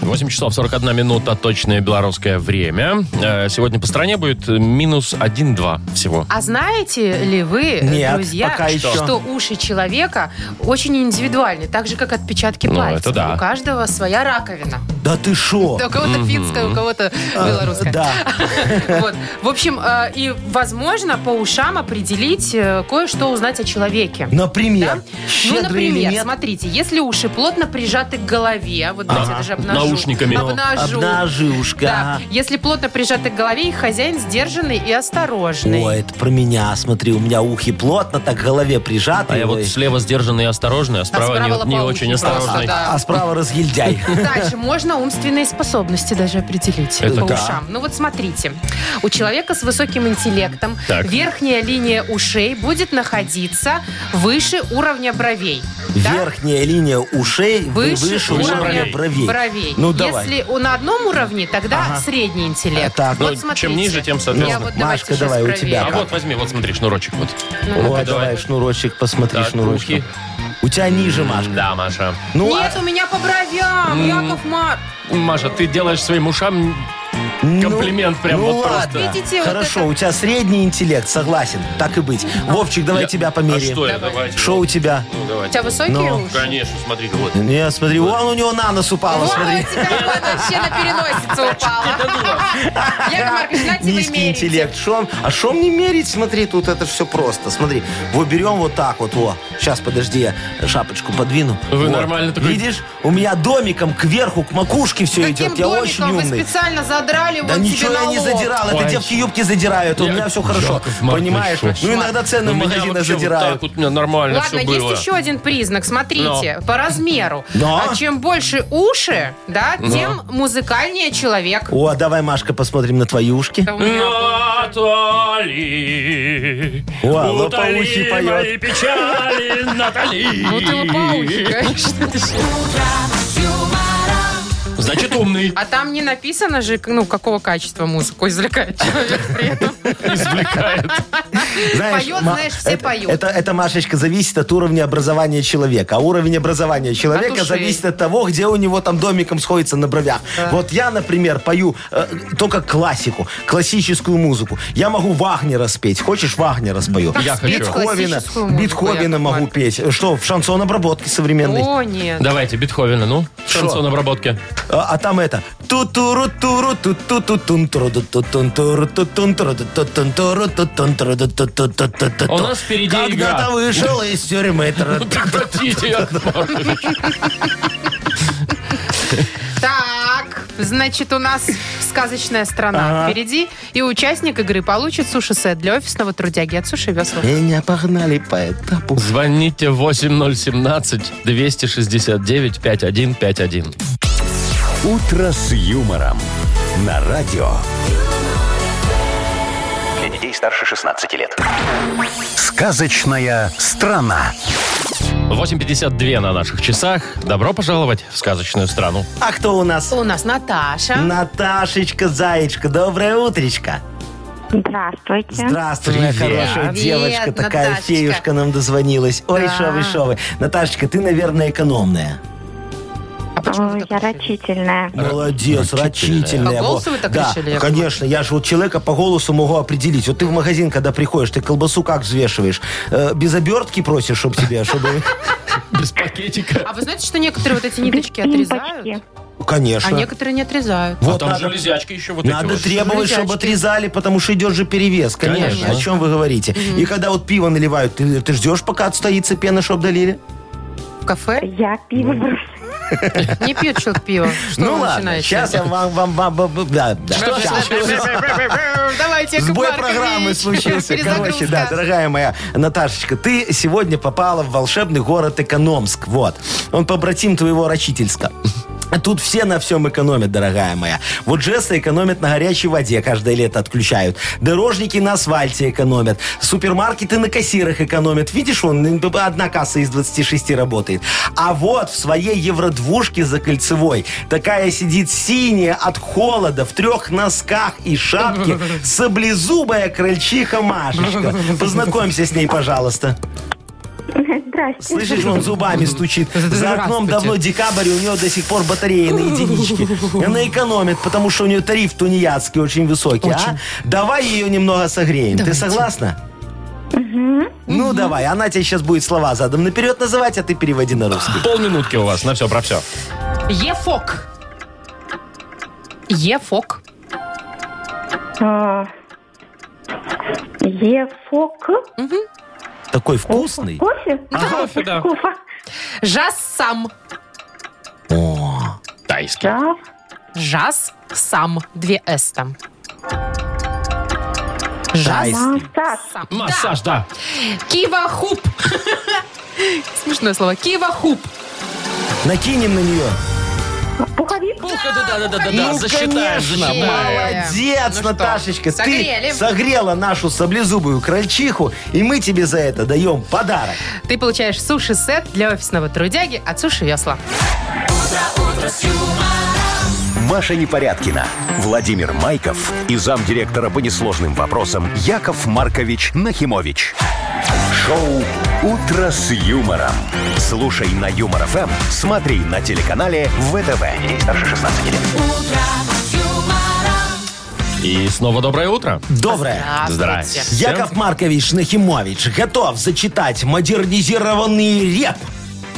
Speaker 2: 8 часов 41 минута, точное белорусское время. Э, Сегодня по стране будет э, минус 1-2 всего.
Speaker 3: А знаете ли вы, э,
Speaker 4: Нет,
Speaker 3: друзья,
Speaker 4: пока
Speaker 3: что?
Speaker 4: еще.
Speaker 3: что уши человека очень индивидуальны, так же, как отпечатки
Speaker 2: Ну,
Speaker 3: пальцев.
Speaker 2: это да.
Speaker 3: У каждого своя раковина.
Speaker 4: Да ты шо?
Speaker 3: Да, у кого-то финская, у кого-то
Speaker 4: А,
Speaker 3: белорусская.
Speaker 4: Да.
Speaker 3: Вот. В общем, э, и возможно по ушам определить э, кое-что узнать о человеке.
Speaker 4: Например,
Speaker 3: Да? Ну,
Speaker 4: щедрый или
Speaker 3: например,
Speaker 4: нет?
Speaker 3: смотрите, если уши плотно прижаты к голове, вот давайте я даже обнажу.
Speaker 2: А, Наушниками.
Speaker 3: Обнажу.
Speaker 4: Ну, Обнажушка.
Speaker 3: Да. Если плотно прижаты к голове, их хозяин сдержанный и осторожный.
Speaker 4: Ой, это про меня, смотри, у меня ухи плотно, так к голове прижаты.
Speaker 2: А я вот
Speaker 4: ой.
Speaker 2: слева сдержанный и осторожный, а справа,
Speaker 3: справа
Speaker 2: не, не
Speaker 3: лопоухий
Speaker 2: очень
Speaker 3: просто,
Speaker 2: осторожный.
Speaker 3: да.
Speaker 4: а справа разгильдяй.
Speaker 3: Дальше можно умственные способности даже определить
Speaker 2: Это
Speaker 3: по
Speaker 2: да.
Speaker 3: ушам. Ну вот смотрите, у человека с высоким интеллектом
Speaker 2: Так.
Speaker 3: верхняя линия ушей будет находиться выше уровня бровей. Да?
Speaker 4: Верхняя линия ушей
Speaker 3: Выше,
Speaker 4: выше,
Speaker 3: уровня
Speaker 4: уровня бровей.
Speaker 3: бровей.
Speaker 4: Ну давай.
Speaker 3: Если у- на одном уровне, тогда средний интеллект.
Speaker 4: А, так.
Speaker 3: Вот
Speaker 2: Ну, чем
Speaker 3: смотрите.
Speaker 2: ниже, тем, соответственно.
Speaker 3: Я вот давайте
Speaker 4: Машка, давай, у
Speaker 3: сейчас
Speaker 4: тебя
Speaker 2: А
Speaker 3: проверю.
Speaker 2: вот возьми, вот смотри, шнурочек вот.
Speaker 4: О,
Speaker 3: ну,
Speaker 2: Ну-ка,
Speaker 4: давай шнурочек, посмотри
Speaker 2: Так,
Speaker 4: шнурочку.
Speaker 2: ухи.
Speaker 4: У тебя ниже, Машка.
Speaker 2: Да, Маша.
Speaker 4: Ну,
Speaker 3: Нет, у меня по бровям, Яков Мар.
Speaker 2: Маша, ты делаешь своим ушам
Speaker 4: а- ну,
Speaker 2: комплимент прям
Speaker 4: ну
Speaker 2: вот
Speaker 4: ладно.
Speaker 2: просто.
Speaker 3: Видите, вот
Speaker 4: Хорошо,
Speaker 3: это-
Speaker 4: у тебя средний интеллект, согласен. Так и быть. Вовчик, давай
Speaker 2: Я-
Speaker 4: тебя
Speaker 2: А
Speaker 4: померяем.
Speaker 2: что я?
Speaker 3: Давай.
Speaker 2: Давайте.
Speaker 4: Шо у тебя?
Speaker 2: Ну,
Speaker 3: У
Speaker 2: давайте.
Speaker 3: тебя высокие
Speaker 4: Ну,
Speaker 3: уши?
Speaker 2: Конечно, смотри, вот.
Speaker 4: Нет, смотри, вон у него на нос упало,
Speaker 3: Ой,
Speaker 4: А, смотри.
Speaker 3: у тебя вот вообще на переносице упала. Яков Маркович, знаете, вы
Speaker 4: Низкий
Speaker 3: мерите.
Speaker 4: интеллект. Шо, а что мне мерить? Смотри, тут это все просто. Смотри, вот берем вот так вот. О, сейчас, подожди, я шапочку подвину.
Speaker 2: Вы
Speaker 4: Вот.
Speaker 2: нормально такой-
Speaker 4: Видишь, у меня домиком кверху, к макушке все
Speaker 3: Каким
Speaker 4: идет. Я очень
Speaker 3: домиком вы
Speaker 4: умный.
Speaker 3: специально задрали
Speaker 4: Да
Speaker 3: вон тебе
Speaker 4: ничего я
Speaker 3: на
Speaker 4: не
Speaker 3: лоб?
Speaker 4: задирал. Это
Speaker 2: Ой.
Speaker 4: девки юбки задирают. У
Speaker 2: Я-
Speaker 4: меня все хорошо.
Speaker 2: Яков Маркович,
Speaker 4: Понимаешь?
Speaker 2: шо?
Speaker 4: Ну, иногда цены
Speaker 2: Ну,
Speaker 4: в
Speaker 2: меня
Speaker 4: магазинах
Speaker 2: вообще вот
Speaker 4: задирают.
Speaker 2: так вот у меня нормально
Speaker 3: Ладно,
Speaker 2: все было.
Speaker 3: есть еще один признак. Смотрите, по размеру.
Speaker 4: Да.
Speaker 3: А чем больше уши, да,
Speaker 2: Да.
Speaker 3: тем музыкальнее человек.
Speaker 4: О, давай, Машка, посмотрим на твои ушки.
Speaker 3: Да у меня
Speaker 2: Натали,
Speaker 4: О,
Speaker 2: утоли
Speaker 4: лопоухий поет.
Speaker 2: мои печали, Натали.
Speaker 3: Ну ты лопоухий, конечно. ты что?
Speaker 2: Значит, умный.
Speaker 3: А там не написано же, ну, какого качества музыку извлекает человек при этом.
Speaker 2: Извлекает.
Speaker 3: Поет,
Speaker 4: Ма-
Speaker 3: знаешь, все
Speaker 4: это,
Speaker 3: поют.
Speaker 4: Это, это, Машечка, зависит от уровня образования человека. А уровень образования человека
Speaker 3: ушей.
Speaker 4: зависит от того, где у него там домиком сходится на бровях. Вот я, например, пою э, только классику, классическую музыку. Я могу Вагнера спеть. Хочешь, Вагнера спою?
Speaker 3: Как
Speaker 2: Я
Speaker 3: спеть
Speaker 2: хочу.
Speaker 4: Бетховена,
Speaker 3: классическую музыку,
Speaker 4: Бетховена
Speaker 3: Яков
Speaker 4: могу
Speaker 3: Маркович?
Speaker 4: петь. Э, Что, в шансон обработке современной?
Speaker 3: О, нет.
Speaker 2: Давайте, Бетховена, ну,
Speaker 4: Шо?
Speaker 2: шансон обработки.
Speaker 4: А, а там это ту туру туру ту ту ту тун туру ту ту тун туру ту тун туру ту ту тун туру ту тун туру ту ту ту ту ту ту
Speaker 2: А у нас впереди игра.
Speaker 4: Когда-то вышел из тюрьмы. тра-
Speaker 2: Прекратите, Яков Маркович.
Speaker 3: Так, значит, у нас сказочная страна впереди. И участник игры получит суши-сет для офисного трудяги от Суши Весла.
Speaker 4: Меня погнали по этапу.
Speaker 2: Звоните 8017-269-5151.
Speaker 1: «Утро с юмором» на радио.
Speaker 6: Для детей старше 16 лет.
Speaker 1: Сказочная страна.
Speaker 2: 8.52 на наших часах. Добро пожаловать в сказочную страну.
Speaker 4: А кто у нас?
Speaker 3: У нас Наташа.
Speaker 4: Наташечка, Заечка, доброе утречко.
Speaker 8: Здравствуйте.
Speaker 4: Здравствуй, моя
Speaker 2: Привет.
Speaker 4: хорошая
Speaker 3: Привет,
Speaker 4: девочка, такая
Speaker 3: Наташечка.
Speaker 4: феюшка нам дозвонилась. Ой,
Speaker 3: Да.
Speaker 4: шо вы, шо вы. Наташечка, ты, наверное, экономная.
Speaker 3: А почему ты
Speaker 8: Ой,
Speaker 3: так
Speaker 8: Я
Speaker 3: решила?
Speaker 8: рачительная.
Speaker 4: Молодец,
Speaker 2: Рачительная.
Speaker 4: рачительная.
Speaker 3: По
Speaker 4: во.
Speaker 3: голосу вы так
Speaker 4: да,
Speaker 3: решили, Яков
Speaker 4: конечно, я же вот человека по голосу могу определить. Вот ты в магазин, когда приходишь, ты колбасу как взвешиваешь? Э, без обертки просишь, чтобы тебе, чтобы...
Speaker 2: Без пакетика.
Speaker 3: А вы знаете, что некоторые вот эти ниточки отрезают,
Speaker 8: Пимпочки.
Speaker 3: а
Speaker 4: Ну, Конечно.
Speaker 3: некоторые не отрезают?
Speaker 2: Вот
Speaker 4: Вот
Speaker 2: А там
Speaker 4: надо-
Speaker 2: железячки еще вот эти
Speaker 4: Надо
Speaker 2: вот.
Speaker 4: требовать,
Speaker 3: Железячки.
Speaker 4: чтобы отрезали, потому что идет же перевес. Конечно.
Speaker 2: Конечно.
Speaker 4: О чем вы говорите? И когда вот пиво наливают, ты, ты ждешь, пока отстоится пена, чтобы долили?
Speaker 3: В кафе
Speaker 8: Я пиво бросаю.
Speaker 3: не пьет человек пиво. Что
Speaker 4: ну
Speaker 3: вы
Speaker 4: ладно,
Speaker 3: начинаете?
Speaker 4: сейчас я вам... вам, вам, вам- да, да. Щас.
Speaker 3: Давайте, Яков
Speaker 4: Сбой
Speaker 3: Маркович.
Speaker 4: программы случился. Короче, да,
Speaker 3: Перезагрузка.
Speaker 4: дорогая моя Наташечка, ты сегодня попала в волшебный город Экономск. Вот. Он побратим твоего Рачительска. Тут все на всем экономят, дорогая моя. Вот жесты экономят на горячей воде, каждое лето отключают. Дорожники на асфальте экономят. Супермаркеты на кассирах экономят. Видишь, вон одна касса из 26 работает. А вот в своей евродвушке за кольцевой такая сидит синяя от холода в трех носках и шапке саблезубая крольчиха Машечка. Познакомься с ней, пожалуйста.
Speaker 8: Здрасте.
Speaker 4: Слышишь, он зубами стучит. За окном
Speaker 3: Здравствуйте.
Speaker 4: давно декабрь, и у нее до сих пор батареи на единичке. И Она экономит, потому что у нее тариф тунеядский очень высокий. А? Давай ее немного согреем. Ты согласна? Ну давай, она тебе сейчас будет слова задом наперед называть, а ты переводи на русский.
Speaker 2: Полминутки у вас на все про все.
Speaker 3: Ефок. Ефок.
Speaker 8: А, Ефок.
Speaker 4: Такой вкусный.
Speaker 8: Кофе?
Speaker 2: кофе, да.
Speaker 8: Кофе.
Speaker 3: Жассам.
Speaker 2: Тайский.
Speaker 8: Да.
Speaker 3: Жас сам. Две С там. Жас
Speaker 8: Масса.
Speaker 3: сам.
Speaker 2: Массаж, да.
Speaker 3: Кива хуп. Смешное слово. Кива хуп.
Speaker 4: Накинем на нее.
Speaker 8: Пуховик.
Speaker 2: Пуха, да, да, да, да, да.
Speaker 4: Ну,
Speaker 2: Засчитаешь,
Speaker 4: конечно,
Speaker 2: засчитаешь.
Speaker 4: молодец,
Speaker 3: Ну что,
Speaker 4: Наташечка.
Speaker 3: согрели.
Speaker 4: Ты согрела нашу саблезубую крольчиху, и мы тебе за это даем подарок.
Speaker 3: Ты получаешь суши-сет для офисного трудяги от Суши Весла.
Speaker 1: Маша Непорядкина, Владимир Майков и замдиректора по несложным вопросам Яков Маркович Нахимович. Шоу «Утро с юмором». Слушай на Юмор ФМ, смотри на телеканале ВТВ. Здесь старше 16 лет.
Speaker 2: И снова доброе утро.
Speaker 4: Доброе.
Speaker 3: Здравствуйте.
Speaker 2: Здрасте.
Speaker 4: Яков Маркович Нахимович готов зачитать модернизированный реп.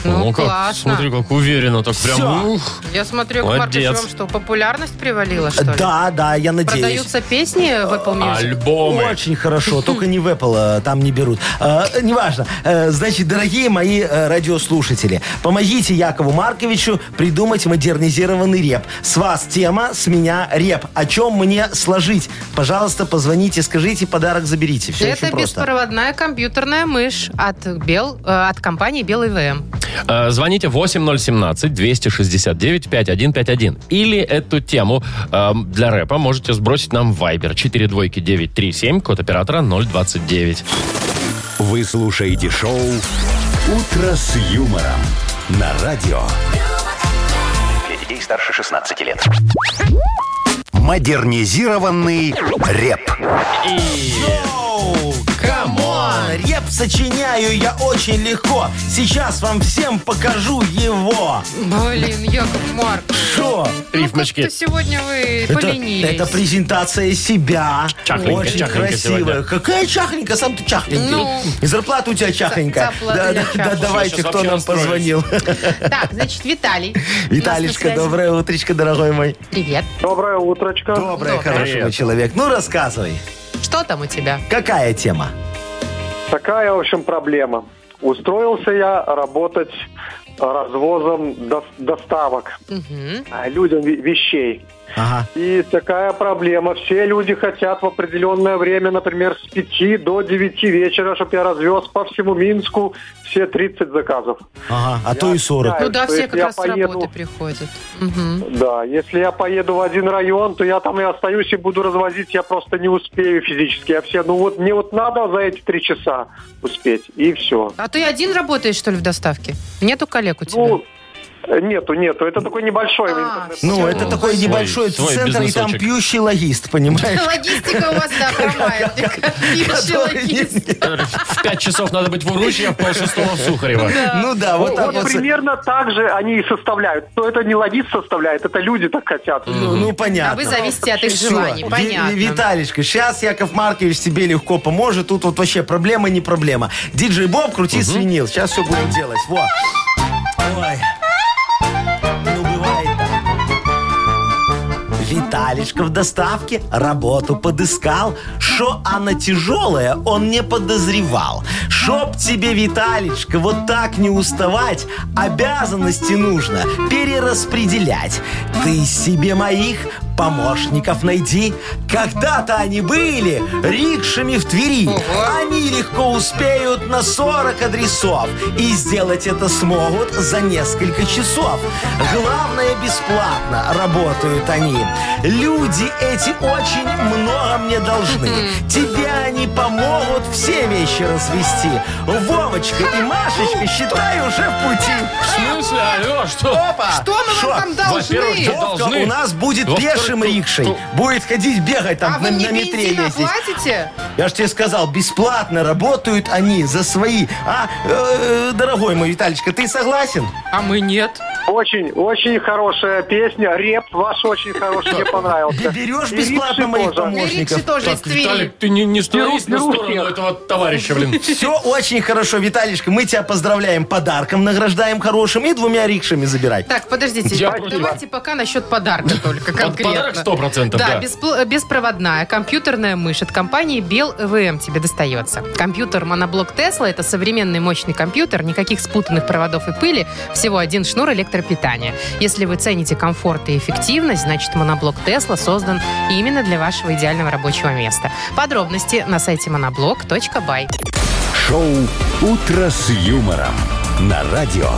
Speaker 3: Ну,
Speaker 2: как,
Speaker 3: классно.
Speaker 2: Смотри, как уверенно, так прям.
Speaker 4: Всё.
Speaker 2: ух.
Speaker 3: Я смотрю, Яков Маркович,
Speaker 2: Молодец.
Speaker 3: вам что, популярность привалила, что ли?
Speaker 4: Да, да, я надеюсь.
Speaker 3: Продаются песни в Apple Music?
Speaker 2: Альбомы.
Speaker 4: Очень хорошо, только не в Apple, э, там не берут. Э, неважно. Э, значит, дорогие мои э, радиослушатели, помогите Якову Марковичу придумать модернизированный реп. С вас тема, с меня реп. О чем мне сложить? Пожалуйста, позвоните, скажите, подарок заберите. Все
Speaker 3: Это
Speaker 4: очень просто.
Speaker 3: беспроводная компьютерная мышь от, Бел, э, от компании Белый ВМ.
Speaker 2: Э, Звоните 8017-269-5151. Или эту тему э, для рэпа можете сбросить нам в Viber 42937, код оператора 029.
Speaker 1: Вы слушаете шоу «Утро с юмором» на радио
Speaker 6: Для детей старше 16 лет.
Speaker 1: «Модернизированный реп».
Speaker 4: Оу, Камон! Реп сочиняю я очень легко. Сейчас вам всем покажу его.
Speaker 3: Блин, Яков Марк. ну
Speaker 4: Шо?
Speaker 2: Рифмочки.
Speaker 3: Как-то сегодня вы
Speaker 4: Это,
Speaker 3: поленились.
Speaker 4: это презентация себя.
Speaker 2: Чахленько,
Speaker 4: Очень
Speaker 2: чахленько
Speaker 4: красивая.
Speaker 2: сегодня.
Speaker 4: Какая чахленька? Сам ты чахленький.
Speaker 3: Ну.
Speaker 4: И зарплата у тебя чахленькая.
Speaker 3: За- зарплата
Speaker 4: Да,
Speaker 3: я
Speaker 4: да, да,
Speaker 3: чахленькая.
Speaker 4: давайте,
Speaker 2: Сейчас
Speaker 4: кто
Speaker 2: вообще
Speaker 4: нам
Speaker 2: расстроюсь.
Speaker 4: позвонил.
Speaker 3: Так, значит, Виталий.
Speaker 4: Виталишка,
Speaker 3: добрый.
Speaker 4: доброе утречко, дорогой мой.
Speaker 3: Привет.
Speaker 7: Доброе утрочко.
Speaker 4: Доброе, хороший
Speaker 2: Привет.
Speaker 4: вы человек. Ну, рассказывай,
Speaker 3: Что там у тебя?
Speaker 4: какая тема?
Speaker 9: Такая, в общем, проблема. Устроился я работать развозом до- доставок
Speaker 3: Мгм.
Speaker 9: а, людям ве- вещей.
Speaker 4: Ага.
Speaker 9: И такая проблема. Все люди хотят в определенное время, например, с 5 до 9 вечера, чтобы я развез по всему Минску все 30 заказов.
Speaker 4: Ага, а то и 40.
Speaker 9: знаю.
Speaker 3: Ну да,
Speaker 9: то
Speaker 3: все
Speaker 9: есть
Speaker 3: как
Speaker 9: я
Speaker 3: раз с
Speaker 9: поеду.
Speaker 3: работы приходят. Мгм.
Speaker 9: Да, если я поеду в один район, то я там и остаюсь и буду развозить, я просто не успею физически. Я все, ну вот мне вот надо за эти три часа успеть, и все.
Speaker 3: А ты один работаешь, что ли, в доставке? Нету коллег у тебя?
Speaker 9: Ну, э, нету, нету. Это такой небольшой
Speaker 3: А,
Speaker 9: интернет.
Speaker 4: Ну,
Speaker 3: Всё.
Speaker 4: это такой
Speaker 2: Свой-
Speaker 4: небольшой
Speaker 2: свой
Speaker 4: центр, и там
Speaker 2: бизнесочек.
Speaker 4: пьющий логист, понимаешь?
Speaker 3: Логистика у вас, да, хромает. Пиши
Speaker 4: Который не-
Speaker 3: логист.
Speaker 2: В 5 часов надо быть в Уручье, а в полшестого в Сухарево.
Speaker 4: Ну да, вот так
Speaker 9: Вот
Speaker 4: вот.
Speaker 9: примерно так же они и составляют. Но это не логист составляет, это люди так хотят.
Speaker 4: Ну, ну,
Speaker 3: А
Speaker 4: понятно.
Speaker 3: вы зависите от их
Speaker 4: Всё.
Speaker 3: желаний,
Speaker 4: Ви-
Speaker 3: понятно.
Speaker 4: Виталишка, сейчас Яков Маркович тебе легко поможет. Тут вот вообще проблема не проблема. Диджей Боб, крути свинил. Сейчас все будем делать. Во. Ой. Ну, бывает так. Виталишка в доставке работу подыскал. Шо она тяжелая, он не подозревал. Чтоб тебе, Виталичка, вот так не уставать, обязанности нужно перераспределять. Ты себе моих помощников найди. Когда-то они были рикшами в Твери. Они легко успеют на 40 адресов. И сделать это смогут за несколько часов. Главное, бесплатно работают они. Люди эти очень много мне должны. Тебе они помогут все вещи развести. Вовочка и Машечка, считай, уже в
Speaker 2: В
Speaker 4: пути.
Speaker 2: смысле? Алло, что?
Speaker 4: Опа!
Speaker 3: Что мы
Speaker 4: Шо?
Speaker 3: вам там должны?
Speaker 2: Во-первых, что
Speaker 4: Вовка
Speaker 2: должны?
Speaker 4: у нас будет
Speaker 2: Во-вторых,
Speaker 4: пешим
Speaker 2: ту-
Speaker 4: рикшей.
Speaker 2: ту-
Speaker 4: Будет ходить, бегать там
Speaker 3: А
Speaker 4: на,
Speaker 3: вы мне
Speaker 4: на метре
Speaker 3: бензин
Speaker 4: ездить.
Speaker 3: оплатите?
Speaker 4: Я же тебе сказал, бесплатно работают они за свои. А, э, э, дорогой мой Виталичка, ты согласен?
Speaker 3: А мы нет.
Speaker 9: Очень, очень хорошая песня. Реп ваш очень хороший, мне понравился.
Speaker 4: Берешь
Speaker 9: И
Speaker 4: бесплатно
Speaker 9: рикши
Speaker 4: моих
Speaker 9: тоже.
Speaker 4: помощников?
Speaker 3: Рикши тоже из
Speaker 2: Так,
Speaker 3: Твери.
Speaker 2: Виталик, ты не, не становись на
Speaker 9: беру
Speaker 2: сторону
Speaker 9: всех.
Speaker 2: этого товарища, блин.
Speaker 4: Все очень хорошо, Виталичка. Мы тебя поздравляем подарком, награждаем хорошим и двумя рикшами забирай.
Speaker 3: Так, подождите,
Speaker 2: Я
Speaker 3: ребят,
Speaker 2: против.
Speaker 3: давайте пока насчет подарка только конкретно.
Speaker 2: подарок 100%, да.
Speaker 3: беспл- э, беспроводная компьютерная мышь от компании Bell EVM тебе достается. Компьютер моноблок Tesla – это современный мощный компьютер, никаких спутанных проводов и пыли, всего один шнур электропитания. Если вы цените комфорт и эффективность, значит моноблок Tesla создан именно для вашего идеального рабочего места. Подробности на сайте monoblock.by.
Speaker 1: Шоу «Утро с юмором» на радио.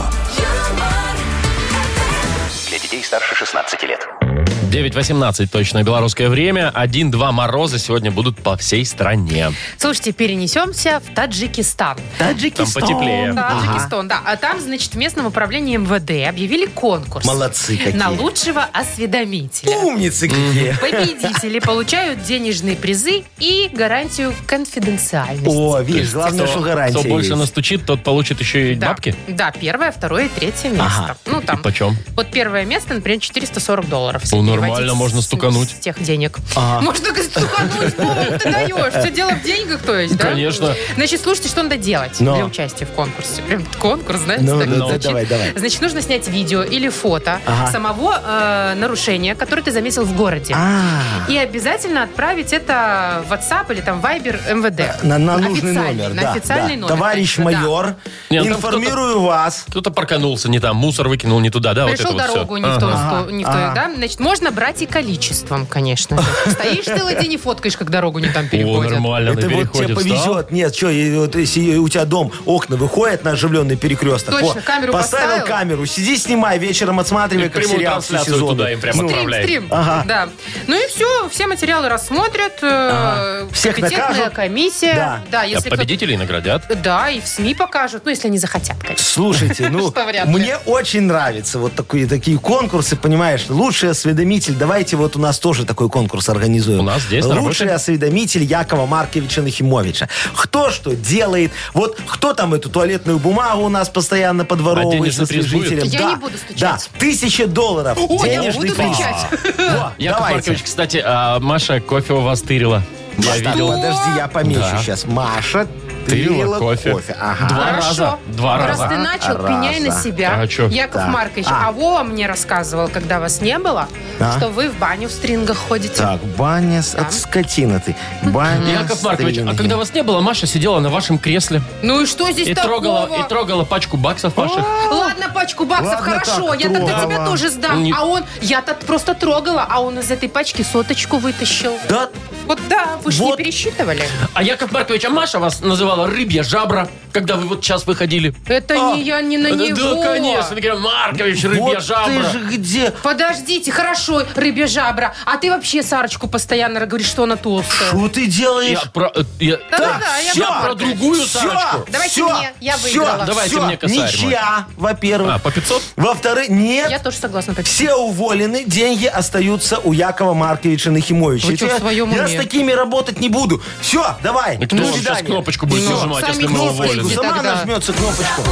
Speaker 6: Для детей старше 16 лет.
Speaker 2: 9.18 точно белорусское время. 1-2 мороза сегодня будут по всей стране.
Speaker 3: Слушайте, перенесемся в Таджикистан.
Speaker 4: Таджикистан.
Speaker 2: Там потеплее.
Speaker 3: Таджикистан, да. А там, значит, в местном управлении МВД объявили конкурс.
Speaker 4: Молодцы какие.
Speaker 3: На лучшего осведомителя.
Speaker 4: Умницы какие.
Speaker 3: Победители получают денежные призы и гарантию конфиденциальности.
Speaker 4: О, видишь, главное,
Speaker 2: Кто-
Speaker 4: что гарантия
Speaker 2: Кто больше
Speaker 4: есть.
Speaker 2: настучит, тот получит еще и
Speaker 3: Да.
Speaker 2: бабки.
Speaker 3: Да, первое, второе и третье место.
Speaker 4: Ага.
Speaker 3: Ну, там,
Speaker 2: И почем?
Speaker 3: вот первое место, например, 440 долларов. Если
Speaker 2: Ну, нормально,
Speaker 3: переводить
Speaker 2: можно
Speaker 3: с-
Speaker 2: стукануть.
Speaker 3: С тех денег.
Speaker 4: Ага.
Speaker 3: Можно только стукануть, Вова, ты даешь. Все дело в деньгах, то есть, да?
Speaker 2: Конечно.
Speaker 3: Значит, слушайте, что надо делать
Speaker 4: Но.
Speaker 3: для участия в конкурсе. Прям конкурс, знаете,
Speaker 4: Ну,
Speaker 3: так
Speaker 4: да, да,
Speaker 3: звучит.
Speaker 4: давай, давай.
Speaker 3: Значит, нужно снять видео или фото
Speaker 4: Ага.
Speaker 3: самого э, нарушения, которое ты заметил в городе.
Speaker 4: А,
Speaker 3: И обязательно отправить это в WhatsApp или там Viber МВД.
Speaker 4: на, на нужный
Speaker 3: Официальный,
Speaker 4: номер.
Speaker 3: На
Speaker 4: да,
Speaker 3: официальный
Speaker 4: да.
Speaker 3: номер.
Speaker 4: Товарищ
Speaker 3: конечно, да.
Speaker 4: майор,
Speaker 2: Не, ну там
Speaker 4: информирую вас.
Speaker 2: Кто-то парканулся не там, мусор выкинул не туда, да?
Speaker 3: Пришел
Speaker 2: вот это
Speaker 3: дорогу
Speaker 2: вот все.
Speaker 3: не в ту,
Speaker 4: Ага.
Speaker 3: сто- не в ту,
Speaker 4: Ага.
Speaker 3: да? Значит, можно брать и количеством, конечно. же. Стоишь целый день и фоткаешь, как дорогу не там
Speaker 2: О,
Speaker 3: переходят.
Speaker 2: нормально,
Speaker 4: Это
Speaker 2: на
Speaker 4: вот тебе
Speaker 2: переходе
Speaker 4: повезет.
Speaker 2: встал.
Speaker 4: Нет, что, если у тебя дом, окна выходят на оживленный перекресток.
Speaker 3: Точно,
Speaker 4: Во,
Speaker 3: камеру поставил?
Speaker 4: камеру, сиди, снимай, вечером отсматривай,
Speaker 2: И
Speaker 4: как
Speaker 2: прямую
Speaker 4: сериал все
Speaker 2: трансляцию
Speaker 4: сезоны.
Speaker 2: туда им прямо
Speaker 3: Стрим,
Speaker 2: отправляет.
Speaker 3: Ну, стрим.
Speaker 4: Ага.
Speaker 3: Да. Ну и все, все материалы рассмотрят. э,
Speaker 4: Всех
Speaker 3: компетентная
Speaker 4: накажут?
Speaker 3: комиссия.
Speaker 4: Да.
Speaker 2: А
Speaker 3: если кто-
Speaker 2: победителей наградят.
Speaker 3: Да, и в СМИ покажут, ну, если они захотят, конечно.
Speaker 4: Слушайте, ну,
Speaker 3: Что вряд ли.
Speaker 4: мне очень нравятся вот такие, такие конкурсы, понимаешь? Лучший осведомитель. Давайте вот у нас тоже такой конкурс организуем.
Speaker 2: У нас здесь на
Speaker 4: Лучший
Speaker 2: работе?
Speaker 4: осведомитель Якова Марковича Нахимовича. Кто что делает? Вот кто там эту туалетную бумагу у нас постоянно
Speaker 2: А
Speaker 4: подворовывает
Speaker 2: денежный
Speaker 4: со
Speaker 2: приз будет?
Speaker 4: служителем?
Speaker 3: Я
Speaker 4: да,
Speaker 3: не буду стучать.
Speaker 4: Да, тысяча долларов.
Speaker 3: О, я
Speaker 4: денежный
Speaker 3: буду
Speaker 4: приз.
Speaker 3: кричать.
Speaker 4: Во,
Speaker 2: Яков
Speaker 4: давайте.
Speaker 2: Маркович, кстати, а Маша кофе у вас тырила. Я
Speaker 4: Так,
Speaker 2: видел.
Speaker 4: подожди, я помечу
Speaker 2: Да.
Speaker 4: сейчас. Маша, ты
Speaker 2: Тырила
Speaker 4: лила
Speaker 2: кофе.
Speaker 4: кофе. Ага.
Speaker 2: Два раза. Два
Speaker 3: Раз
Speaker 2: раза.
Speaker 3: ты начал,
Speaker 4: Раза.
Speaker 3: пеняй на себя.
Speaker 2: А чё?
Speaker 3: Яков
Speaker 4: Да.
Speaker 3: Маркович, а.
Speaker 4: А.
Speaker 3: Вова мне рассказывал, когда вас не было,
Speaker 4: Да.
Speaker 3: что вы в баню в стрингах ходите.
Speaker 4: Так, баня, с...
Speaker 3: Да.
Speaker 4: от скотина ты. Баня
Speaker 2: Яков
Speaker 4: с
Speaker 2: Маркович, а
Speaker 4: тренинги.
Speaker 2: когда вас не было, Маша сидела на вашем кресле
Speaker 3: Ну и что здесь
Speaker 2: и
Speaker 3: такого?
Speaker 2: трогала, и трогала пачку баксов ваших.
Speaker 3: Ладно, пачку баксов,
Speaker 4: Ладно
Speaker 3: хорошо,
Speaker 4: так,
Speaker 3: я тогда
Speaker 4: трогала.
Speaker 3: тебя тоже сдам.
Speaker 2: Не-
Speaker 3: А он, я-то просто трогала, а он из этой пачки соточку вытащил.
Speaker 4: Да,
Speaker 3: Вот да, вы же не
Speaker 4: Вот.
Speaker 3: пересчитывали.
Speaker 2: А Яков Маркович, а Маша вас называла рыбья жабра, когда вы вот сейчас выходили?
Speaker 3: Это
Speaker 2: А,
Speaker 3: не я, не на
Speaker 2: да,
Speaker 3: него.
Speaker 2: Да, конечно. Я говорю, Маркович, рыбья
Speaker 4: вот ты
Speaker 2: жабра.
Speaker 4: же где?
Speaker 3: Подождите, хорошо, рыбья жабра. А ты вообще Сарочку постоянно говоришь, что она толстая.
Speaker 4: Что ты
Speaker 2: Я
Speaker 4: делаешь?
Speaker 2: про, э, я-
Speaker 3: Да-да-да, я
Speaker 2: я про
Speaker 3: Маркович.
Speaker 2: другую
Speaker 4: Всё,
Speaker 2: Сарочку.
Speaker 3: Давайте
Speaker 4: всё,
Speaker 3: мне, я
Speaker 4: всё,
Speaker 3: выиграла.
Speaker 2: Давайте
Speaker 4: всё.
Speaker 2: мне косарь
Speaker 4: Ничья, во-первых.
Speaker 2: А, по 500?
Speaker 4: Во-вторых,
Speaker 3: Я
Speaker 4: нет.
Speaker 3: тоже согласна. Петя.
Speaker 4: Все уволены, деньги остаются у Якова Марковича Нахимовича.
Speaker 3: Вы чё,
Speaker 4: Я-
Speaker 3: в своём
Speaker 4: я
Speaker 3: уме?
Speaker 4: с такими работать не буду. Все, давай.
Speaker 2: И кто
Speaker 4: до
Speaker 2: вам сейчас
Speaker 4: свидания.
Speaker 2: кнопочку будет
Speaker 3: Ну,
Speaker 2: нажимать,
Speaker 3: сами
Speaker 2: если мы
Speaker 3: кнопочку.
Speaker 2: уволены?
Speaker 4: Кнопочку, сама
Speaker 3: Тогда.
Speaker 4: нажмется кнопочку.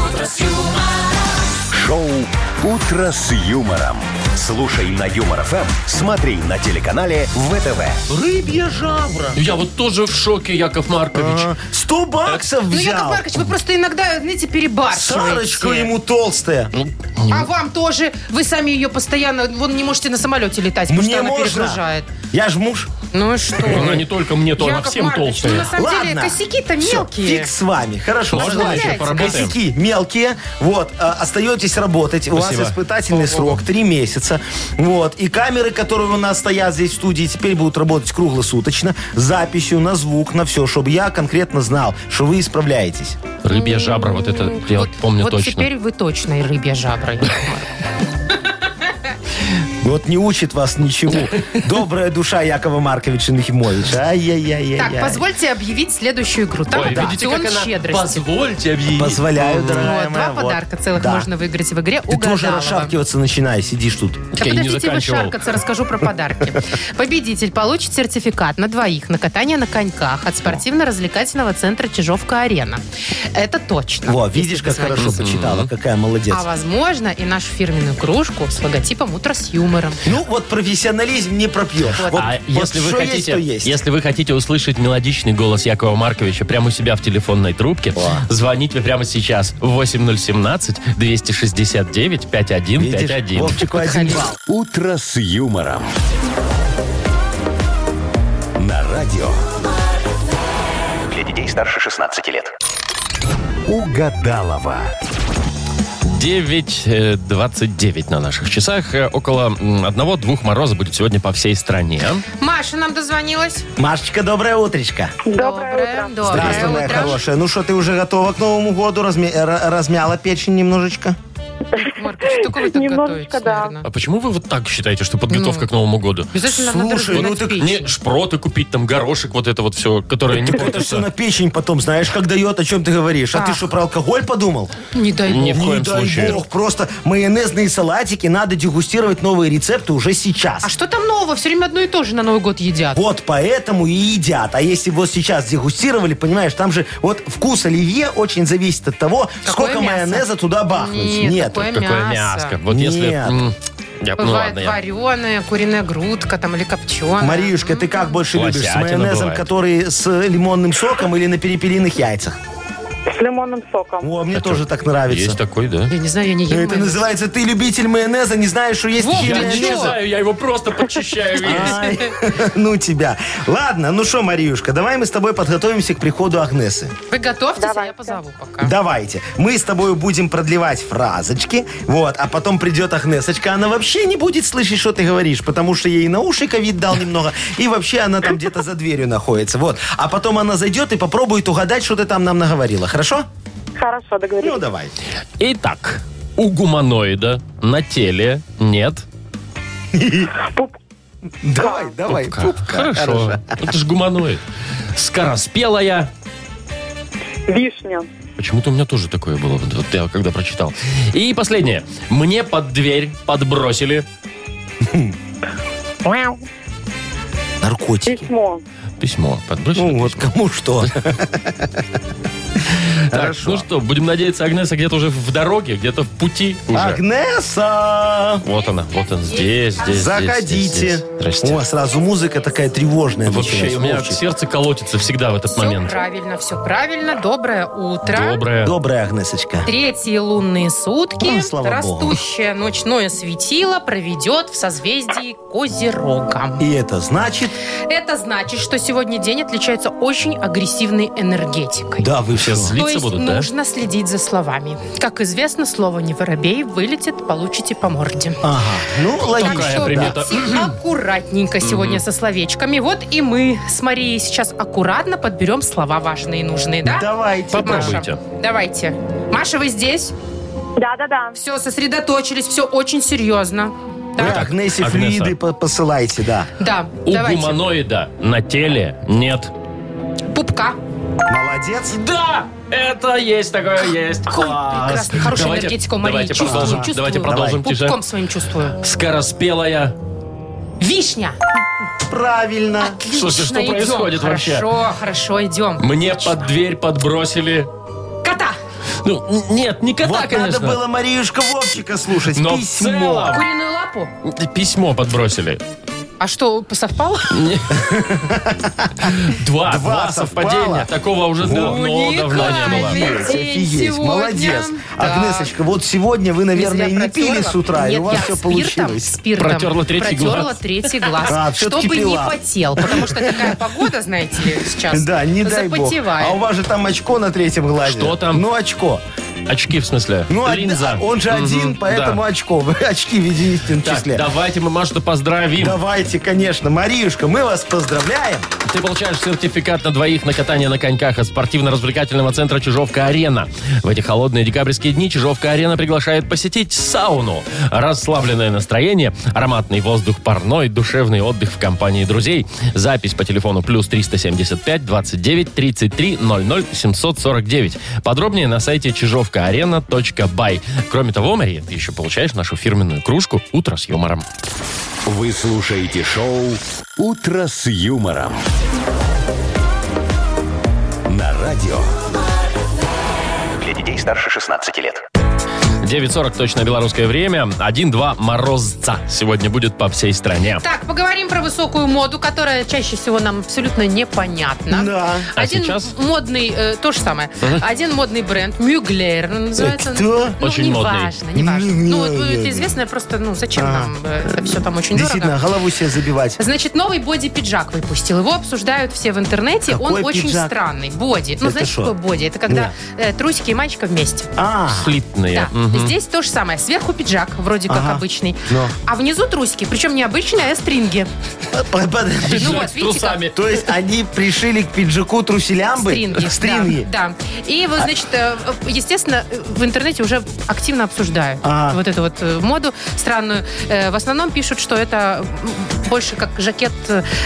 Speaker 1: Шоу «Утро с юмором» Слушай на Юмор ФМ, смотри на телеканале ВТВ.
Speaker 4: Рыбья жабра.
Speaker 2: Я вот тоже в шоке, Яков
Speaker 4: А.
Speaker 2: Маркович.
Speaker 4: 100 баксов
Speaker 3: Ну, Яков
Speaker 4: взял.
Speaker 3: Маркович, вы просто иногда, знаете, перебарщиваете.
Speaker 4: Сарочку А ему толстая.
Speaker 3: А вам тоже? Вы сами ее постоянно... Вон не можете на самолете летать, потому что она перегружает.
Speaker 4: Я ж муж.
Speaker 3: Ну и что?
Speaker 2: Она не только мне, то она
Speaker 3: Яков
Speaker 2: всем
Speaker 3: Маркович, ну,
Speaker 2: толстая.
Speaker 3: на самом деле,
Speaker 4: Ладно.
Speaker 3: косяки-то
Speaker 4: Всё,
Speaker 3: мелкие.
Speaker 4: фиг с вами. Хорошо.
Speaker 2: Можно
Speaker 4: согласен.
Speaker 2: еще поработаем?
Speaker 4: Косяки мелкие. Вот. э, остаетесь работать. У вас
Speaker 2: Спасибо.
Speaker 4: испытательный срок. Три месяца. Вот. И камеры, которые у нас стоят здесь в студии, теперь будут работать круглосуточно. С записью на звук, на все, чтобы я конкретно знал, что вы исправляетесь.
Speaker 2: Рыбья жабра, вот это я
Speaker 3: Вот-
Speaker 2: помню
Speaker 3: вот
Speaker 2: точно.
Speaker 3: теперь вы точно рыбья жабра. Яков Маркович.
Speaker 4: Вот не учит вас ничего. Добрая душа Якова Марковича Нахимовича. Ай-яй-яй-яй.
Speaker 3: Так, позвольте объявить следующую игру. Там
Speaker 2: Ой, видите, как
Speaker 3: аукцион
Speaker 2: она...
Speaker 3: щедрости.
Speaker 2: Позвольте объявить.
Speaker 4: Позволяю, дорогая
Speaker 3: Вот,
Speaker 4: моя,
Speaker 3: два
Speaker 4: вот.
Speaker 3: подарка целых
Speaker 4: Да.
Speaker 3: можно выиграть в игре.
Speaker 4: Ты тоже
Speaker 3: Угадалова.
Speaker 4: расшаркиваться начинай, сидишь тут.
Speaker 2: Я
Speaker 3: Да
Speaker 2: и не
Speaker 3: подождите вы
Speaker 2: заканчивал.
Speaker 3: шаркаться, расскажу про подарки. Победитель получит сертификат на двоих на катание на коньках от спортивно-развлекательного центра Чижовка-Арена. Это точно.
Speaker 4: Во,
Speaker 3: если
Speaker 4: видишь, как
Speaker 3: дозвонитесь.
Speaker 4: хорошо почитала, какая молодец.
Speaker 3: А возможно и нашу фирменную кружку с логотипом «Утро с юмором».
Speaker 4: Ну, вот профессионализм не пропьешь. Вот,
Speaker 2: А
Speaker 4: вот
Speaker 2: если вы
Speaker 4: что
Speaker 2: хотите,
Speaker 4: есть, то есть.
Speaker 2: если вы хотите услышать мелодичный голос Якова Марковича прямо у себя в телефонной трубке, звоните прямо сейчас 8017 269
Speaker 4: Видишь,
Speaker 2: 5151.
Speaker 4: Вовчику один балл.
Speaker 1: Утро с юмором. На радио
Speaker 6: Для детей старше 16 лет.
Speaker 1: Угадалова.
Speaker 2: 9.29 на наших часах. Э, Около м, одного-двух мороза будет сегодня по всей стране.
Speaker 3: Маша нам дозвонилась.
Speaker 4: Машечка, доброе утречко.
Speaker 3: Доброе, доброе,
Speaker 4: Здравствуй, моя
Speaker 3: утро.
Speaker 4: хорошая. Ну что, ты уже готова к Новому году? Разме- э, ра- размяла печень немножечко?
Speaker 3: Маркович, только вы так
Speaker 8: Немножечко,
Speaker 3: готовитесь,
Speaker 8: да.
Speaker 3: наверное.
Speaker 2: А почему вы вот так считаете, что
Speaker 4: Ну,
Speaker 2: подготовка к Новому году?
Speaker 3: Обязательно надо
Speaker 4: Слушай, ну
Speaker 3: разминать
Speaker 4: так
Speaker 3: печень.
Speaker 2: Не шпроты купить, там горошек, вот это вот все, которое не
Speaker 4: Это все на
Speaker 2: портится.
Speaker 4: печень потом, знаешь, как дает, о чем ты говоришь. А ты что, про алкоголь подумал?
Speaker 3: Не дай бог.
Speaker 2: Не в
Speaker 4: Не
Speaker 2: коем
Speaker 4: дай
Speaker 2: случае.
Speaker 4: бог, просто майонезные салатики надо дегустировать новые рецепты уже сейчас.
Speaker 3: А что там нового? Все время одно и то же на Новый год едят.
Speaker 4: Вот поэтому и едят. А если вот сейчас дегустировали, понимаешь, там же вот вкус оливье очень зависит от того,
Speaker 3: Какое
Speaker 4: сколько
Speaker 3: мясо?
Speaker 4: майонеза туда бахнуть.
Speaker 3: Нет, такое
Speaker 2: Какое мяско. Вот если...
Speaker 4: Нет.
Speaker 2: м, я- ну
Speaker 3: Бывает
Speaker 2: ладно, я-
Speaker 3: вареная, куриная грудка там или копченая.
Speaker 4: Мариюшка, ты как больше любишь? С
Speaker 2: Лосятина
Speaker 4: майонезом,
Speaker 2: бывает.
Speaker 4: который с лимонным соком или на перепелиных яйцах?
Speaker 8: С лимонным соком.
Speaker 4: О, мне
Speaker 2: А
Speaker 4: тоже
Speaker 2: чё,
Speaker 4: так нравится. Ну,
Speaker 2: Есть такой, да?
Speaker 3: Я не знаю, я не ем.
Speaker 4: Это
Speaker 3: майонез.
Speaker 4: называется, ты любитель майонеза, не знаешь, что есть
Speaker 3: Вов,
Speaker 4: такие
Speaker 3: ты
Speaker 2: Я не
Speaker 3: чё?
Speaker 4: майонезы?
Speaker 2: знаю, я его просто подчищаю весь.
Speaker 4: Ай, ну тебя. Ладно, ну что, Мариюшка, давай мы с тобой подготовимся к приходу Агнесы.
Speaker 3: Вы готовьтесь, а я
Speaker 8: Давайте.
Speaker 3: позову пока.
Speaker 4: Давайте. Мы с тобой будем продлевать фразочки, вот, а потом придет Агнесочка, она вообще не будет слышать, что ты говоришь, потому что ей на уши ковид дал немного, и вообще она там где-то за дверью находится, вот. А потом она зайдет и попробует угадать, что ты там нам наговорила, хорошо?
Speaker 8: Хорошо,
Speaker 4: Ну,
Speaker 8: договорились.
Speaker 4: давай.
Speaker 2: Итак, у гуманоида на теле нет
Speaker 4: Давай, давай.
Speaker 2: пупка.
Speaker 4: Пупка.
Speaker 2: Хорошо.
Speaker 4: Хорошо.
Speaker 2: Это же гуманоид. Скороспелая.
Speaker 8: Вишня.
Speaker 2: Почему-то у меня тоже такое было, вот вот я когда прочитал. И последнее. Мне под дверь подбросили
Speaker 4: Наркотики.
Speaker 8: Письмо.
Speaker 2: письмо. Подбросили
Speaker 4: Ну вот,
Speaker 2: письмо.
Speaker 4: кому что.
Speaker 2: Так, ну что, будем надеяться, Агнеса где-то уже в дороге, где-то в пути уже.
Speaker 4: ну Агнеса!
Speaker 2: Вот она, вот она, здесь, здесь, здесь, здесь,
Speaker 4: Заходите.
Speaker 2: здесь. Здрасте.
Speaker 4: О, сразу музыка такая тревожная.
Speaker 2: Вообще,
Speaker 4: началась.
Speaker 2: у меня
Speaker 4: Вовчик.
Speaker 2: сердце колотится всегда в этот
Speaker 3: Все
Speaker 2: момент.
Speaker 3: правильно, все правильно. Доброе утро.
Speaker 2: Доброе.
Speaker 4: Добрая Агнесочка.
Speaker 3: Третьи лунные сутки
Speaker 4: Ну, слава
Speaker 3: растущее ночное светило проведет в созвездии Козерога.
Speaker 4: И это значит,
Speaker 3: Это значит, что сегодня день отличается очень агрессивной энергетикой.
Speaker 4: да, вы
Speaker 2: Все
Speaker 4: все
Speaker 2: злиться
Speaker 3: То есть
Speaker 2: будут, да?
Speaker 3: нужно следить за словами. Как известно, слово «не воробей» вылетит, получите по морде.
Speaker 4: Ага, ну
Speaker 3: Так
Speaker 4: логично.
Speaker 3: что
Speaker 2: примета.
Speaker 3: будьте аккуратненько сегодня со словечками. Вот и мы с Марией сейчас аккуратно подберем слова важные и нужные, да?
Speaker 4: Давайте.
Speaker 3: Маша,
Speaker 2: Попробуйте.
Speaker 3: давайте. Маша, вы здесь?
Speaker 8: Да-да-да.
Speaker 3: Все, сосредоточились, все очень серьезно.
Speaker 4: Вы
Speaker 3: Да,
Speaker 4: Агнесе
Speaker 2: Агнеса.
Speaker 4: флюиды по- посылайте, да.
Speaker 3: да,
Speaker 2: У
Speaker 3: давайте.
Speaker 2: гуманоида на теле нет.
Speaker 3: Пупка.
Speaker 4: Молодец.
Speaker 2: Да! Это есть такое, есть.
Speaker 3: Прекрасно, хорошая
Speaker 2: Давайте-
Speaker 3: энергетика у Марии.
Speaker 2: давайте
Speaker 3: Чувствую,
Speaker 2: продолжим,
Speaker 3: чувствую.
Speaker 2: давайте продолжим
Speaker 3: Пупком
Speaker 2: тише.
Speaker 3: своим чувствую.
Speaker 2: Скороспелая.
Speaker 3: Вишня.
Speaker 4: Правильно.
Speaker 3: Отлично,
Speaker 2: Слушай, что
Speaker 3: идем.
Speaker 2: происходит вообще?
Speaker 3: Хорошо, хорошо, идем.
Speaker 2: Мне под дверь подбросили
Speaker 3: Кота.
Speaker 2: Ну, н- нет, не кота,
Speaker 4: Вот
Speaker 2: конечно.
Speaker 4: надо было Мариюшка Вовчика слушать.
Speaker 2: Но в
Speaker 4: Письмо.
Speaker 2: целом-
Speaker 3: Куриную лапу?
Speaker 2: Письмо подбросили.
Speaker 3: А что, совпало?
Speaker 2: Два,
Speaker 4: Два
Speaker 2: два
Speaker 4: совпало. Ну,
Speaker 2: совпадения. Такого уже давно, давно не было.
Speaker 4: Офигеть, офигеть, молодец.
Speaker 3: Так.
Speaker 4: Агнесочка, вот сегодня вы,
Speaker 3: Если
Speaker 4: наверное,
Speaker 3: я
Speaker 4: не пили
Speaker 3: протерла-
Speaker 4: с утра, и
Speaker 3: Нет,
Speaker 4: у вас
Speaker 3: я
Speaker 4: все
Speaker 3: спиртом,
Speaker 4: получилось.
Speaker 3: спиртом
Speaker 2: Протерла третий
Speaker 3: протерла
Speaker 2: глаз.
Speaker 3: третий глаз,
Speaker 4: А, всё-таки
Speaker 3: чтобы не
Speaker 4: пила.
Speaker 3: потел. Потому что такая погода, знаете ли, сейчас
Speaker 4: Да, не дай бог.
Speaker 3: запотевает.
Speaker 4: А у вас же там очко на третьем глазе.
Speaker 2: Что там?
Speaker 4: Ну, очко.
Speaker 2: Очки, в смысле?
Speaker 4: Ну, од-
Speaker 2: Линза.
Speaker 4: Он же
Speaker 2: Мгм,
Speaker 4: один,
Speaker 2: да.
Speaker 4: поэтому очко. Вы очки в единственном
Speaker 2: Так,
Speaker 4: числе.
Speaker 2: давайте мы Машу поздравим.
Speaker 4: Давайте, конечно. Мариюшка, мы вас поздравляем.
Speaker 2: Ты получаешь сертификат на двоих на катание на коньках от спортивно-развлекательного центра «Чижовка-арена». В эти холодные декабрьские дни «Чижовка-арена» приглашает посетить сауну. Расслабленное настроение, ароматный воздух парной, душевный отдых в компании друзей. Запись по телефону плюс 375 29 33 00 749. Подробнее на сайте чижовкаарена.бай. Кроме того, Мария, ты еще получаешь нашу фирменную кружку «Утро с юмором».
Speaker 1: Вы слушаете шоу «Утро с юмором». На радио.
Speaker 6: Для детей старше 16 лет.
Speaker 2: 9.40 точно белорусское время. 1-2 морозца сегодня будет по всей стране.
Speaker 3: Так, поговорим про высокую моду, которая чаще всего нам абсолютно непонятна.
Speaker 4: Да.
Speaker 2: А
Speaker 3: Один
Speaker 2: сейчас?
Speaker 3: модный, э, то же самое, один модный бренд, Мюглер называется.
Speaker 4: Э, кто?
Speaker 3: Ну,
Speaker 2: Очень
Speaker 3: не
Speaker 2: модный.
Speaker 3: важно, не важно. Ну, вот,
Speaker 4: Не-не-не.
Speaker 3: это известное просто, ну, зачем нам это все там очень
Speaker 4: Действительно,
Speaker 3: дорого.
Speaker 4: голову себе забивать.
Speaker 3: Значит, новый боди-пиджак выпустил. Его обсуждают все в интернете.
Speaker 4: Какой
Speaker 3: Он очень
Speaker 4: пиджак?
Speaker 3: странный. Боди. Ну,
Speaker 4: Это
Speaker 3: знаешь,
Speaker 4: шо?
Speaker 3: что такое боди? Это когда э, трусики и мальчика вместе.
Speaker 4: А,
Speaker 2: Слитные.
Speaker 3: Да,
Speaker 2: Мгм.
Speaker 3: здесь то же самое. Сверху пиджак, вроде как
Speaker 4: Ага. Ну.
Speaker 3: обычный.
Speaker 4: Но.
Speaker 3: А внизу трусики, причем не обычные, а стринги.
Speaker 4: под- под-
Speaker 3: Ну
Speaker 2: Пиджак
Speaker 3: вот,
Speaker 2: с
Speaker 3: видите, как
Speaker 2: трусами.
Speaker 4: То есть они пришили к пиджаку труселямбы?
Speaker 3: Стринги.
Speaker 4: Стринги. А-
Speaker 3: Да, да. И вот, значит, э, э, естественно, э, в интернете уже активно обсуждают
Speaker 4: Ага.
Speaker 3: вот эту вот э, моду странную. Э, В основном пишут, что это м, больше как жакет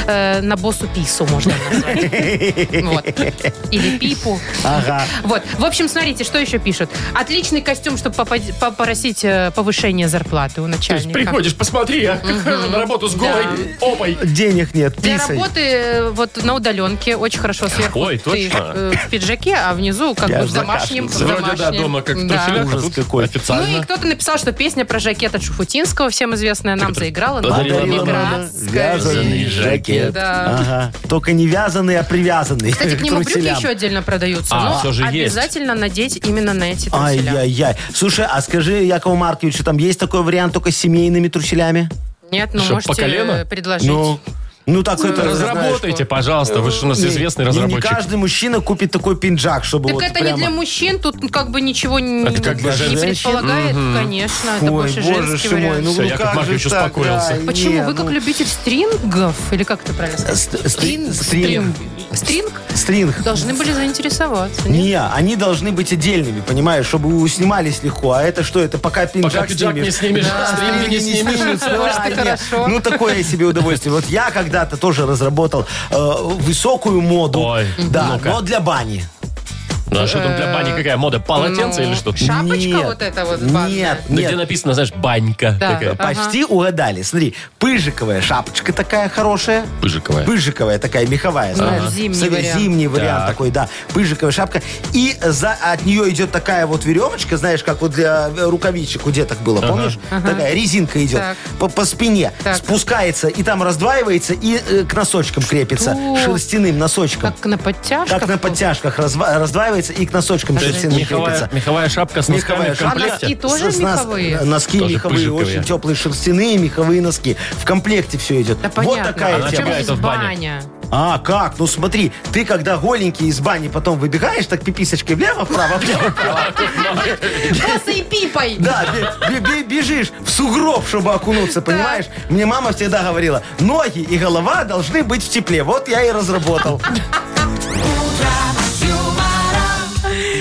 Speaker 3: э, на боссу пису, можно назвать. Вот. Или пипу.
Speaker 4: Ага.
Speaker 3: Вот. В общем, смотрите, что еще пишут. Отличный костюм, чтобы попад- попросить э, повышение зарплаты у
Speaker 2: То есть
Speaker 3: начальника.
Speaker 2: приходишь, посмотри, а, на работу с голой опой.
Speaker 4: Денег нет,
Speaker 3: Для
Speaker 4: писай.
Speaker 3: работы э, вот на удаленке очень хорошо сверху.
Speaker 2: Ой,
Speaker 3: ты
Speaker 2: точно.
Speaker 3: э, в пиджаке, а внизу как
Speaker 4: Я
Speaker 3: бы в
Speaker 4: ж
Speaker 3: домашнем. в
Speaker 2: Вроде да,
Speaker 3: домашнем.
Speaker 2: дома как в
Speaker 3: Да.
Speaker 2: труселях, а
Speaker 4: Ужас
Speaker 2: тут
Speaker 4: какой.
Speaker 3: Ну и
Speaker 2: официально.
Speaker 3: кто-то написал, что песня про жакет от Шуфутинского, всем известная, нам заиграла.
Speaker 2: подарила
Speaker 3: Подарила
Speaker 2: мама
Speaker 3: мама
Speaker 2: вязаный
Speaker 4: Вязаный жакет.
Speaker 3: Да.
Speaker 4: Ага. Только не вязаный, а привязанный.
Speaker 3: Кстати, к нему брюки
Speaker 4: труселям.
Speaker 3: еще отдельно продаются.
Speaker 2: А,
Speaker 3: но
Speaker 2: всё же есть.
Speaker 3: обязательно надеть именно на эти труселя.
Speaker 4: Ай-яй-яй. Слушай, а скажи, Якову Марковичу, там есть такой вариант только с семейными труселями?
Speaker 3: Нет, ну
Speaker 2: Чтоб по
Speaker 3: можете
Speaker 2: колено?
Speaker 3: э, предложить.
Speaker 4: ну так это...
Speaker 2: Разработайте, пожалуйста, вы же у нас
Speaker 4: знаешь,
Speaker 2: известный
Speaker 4: не-
Speaker 2: разработчик.
Speaker 4: Не каждый мужчина купит такой пинджак, чтобы
Speaker 3: Так
Speaker 4: вот
Speaker 3: это
Speaker 4: прямо... А
Speaker 3: не для мужчин, тут ну, как бы ничего не,
Speaker 2: Это как для
Speaker 3: не
Speaker 2: женщин.
Speaker 3: предполагает, конечно. это
Speaker 4: Ой,
Speaker 3: больше
Speaker 4: боже
Speaker 3: женский
Speaker 4: ж мой,
Speaker 3: вариант.
Speaker 4: ну,
Speaker 2: Всё,
Speaker 4: ну
Speaker 2: Яков
Speaker 4: как
Speaker 2: Маркович
Speaker 4: же так,
Speaker 2: успокоился.
Speaker 4: да,
Speaker 3: Почему?
Speaker 4: не,
Speaker 3: Вы как
Speaker 4: ну.
Speaker 3: любитель стрингов? Или как это правильно сказать?
Speaker 4: Ст- стри-
Speaker 3: Стринг.
Speaker 4: Стринг.
Speaker 3: Стринг?
Speaker 4: Стринг.
Speaker 3: Должны были заинтересоваться. нет?
Speaker 4: Не, они должны быть отдельными, понимаешь, чтобы снимались легко. А это что? Это пока пинджак,
Speaker 2: Пока пиджак не снимешь, стринги не снимешь.
Speaker 4: да,
Speaker 3: Может, и
Speaker 4: не.
Speaker 3: хорошо.
Speaker 4: Ну, такое себе удовольствие. Вот я когда-то тоже разработал э, высокую моду.
Speaker 2: Ой,
Speaker 4: да,
Speaker 2: ну-ка.
Speaker 4: но для бани.
Speaker 2: Ну а что там для бани? Какая мода? Полотенце
Speaker 3: Ну,
Speaker 2: или что?
Speaker 3: ша- Шапочка
Speaker 4: Нет,
Speaker 3: вот эта вот банная?
Speaker 4: Нет,
Speaker 2: Ну,
Speaker 4: нет.
Speaker 2: где написано, знаешь, банька
Speaker 3: Да.
Speaker 2: такая.
Speaker 3: Ага.
Speaker 4: Почти угадали. Смотри, пыжиковая шапочка такая хорошая.
Speaker 2: Пыжиковая.
Speaker 4: Пыжиковая такая, меховая, знаешь.
Speaker 3: Зимний
Speaker 4: Смотри,
Speaker 3: вариант.
Speaker 4: зимний вариант
Speaker 2: Так.
Speaker 4: такой, да. Пыжиковая шапка. И за, от нее идет такая вот веревочка, знаешь, как вот для э, рукавичек у деток было, помнишь? Такая резинка идет
Speaker 3: Так.
Speaker 4: по, по спине.
Speaker 3: Так.
Speaker 4: Спускается, и там раздваивается, и э, к носочкам крепится. Шерстяным носочком.
Speaker 3: Как на подтяжках?
Speaker 4: Как на подтяжках разва- раздваивается и к носочкам
Speaker 2: То есть
Speaker 4: шерстяным
Speaker 2: меховая,
Speaker 4: крепится.
Speaker 2: меховая шапка с носками
Speaker 4: Меховая
Speaker 2: в
Speaker 4: шапка.
Speaker 3: А
Speaker 2: комплекте.
Speaker 3: носки тоже
Speaker 4: С- с нас- э,
Speaker 3: меховые?
Speaker 4: Носки
Speaker 2: Тоже
Speaker 4: меховые,
Speaker 2: пыжиковые.
Speaker 4: очень теплые шерстяные меховые носки. В комплекте все идет.
Speaker 3: Да
Speaker 4: вот
Speaker 3: понятно.
Speaker 4: такая
Speaker 2: Она
Speaker 3: а
Speaker 4: тема.
Speaker 2: тебя
Speaker 3: чем
Speaker 2: это
Speaker 3: здесь
Speaker 2: в бане?
Speaker 3: баня?
Speaker 4: А, как? Ну смотри, ты когда голенький из бани потом выбегаешь, так пиписочкой влево-вправо, влево-вправо.
Speaker 3: Босой пипой!
Speaker 4: Да, бе- бе- бе- бежишь в сугроб, чтобы окунуться, понимаешь? Мне мама всегда говорила, ноги и голова должны быть в тепле. Вот я и разработал.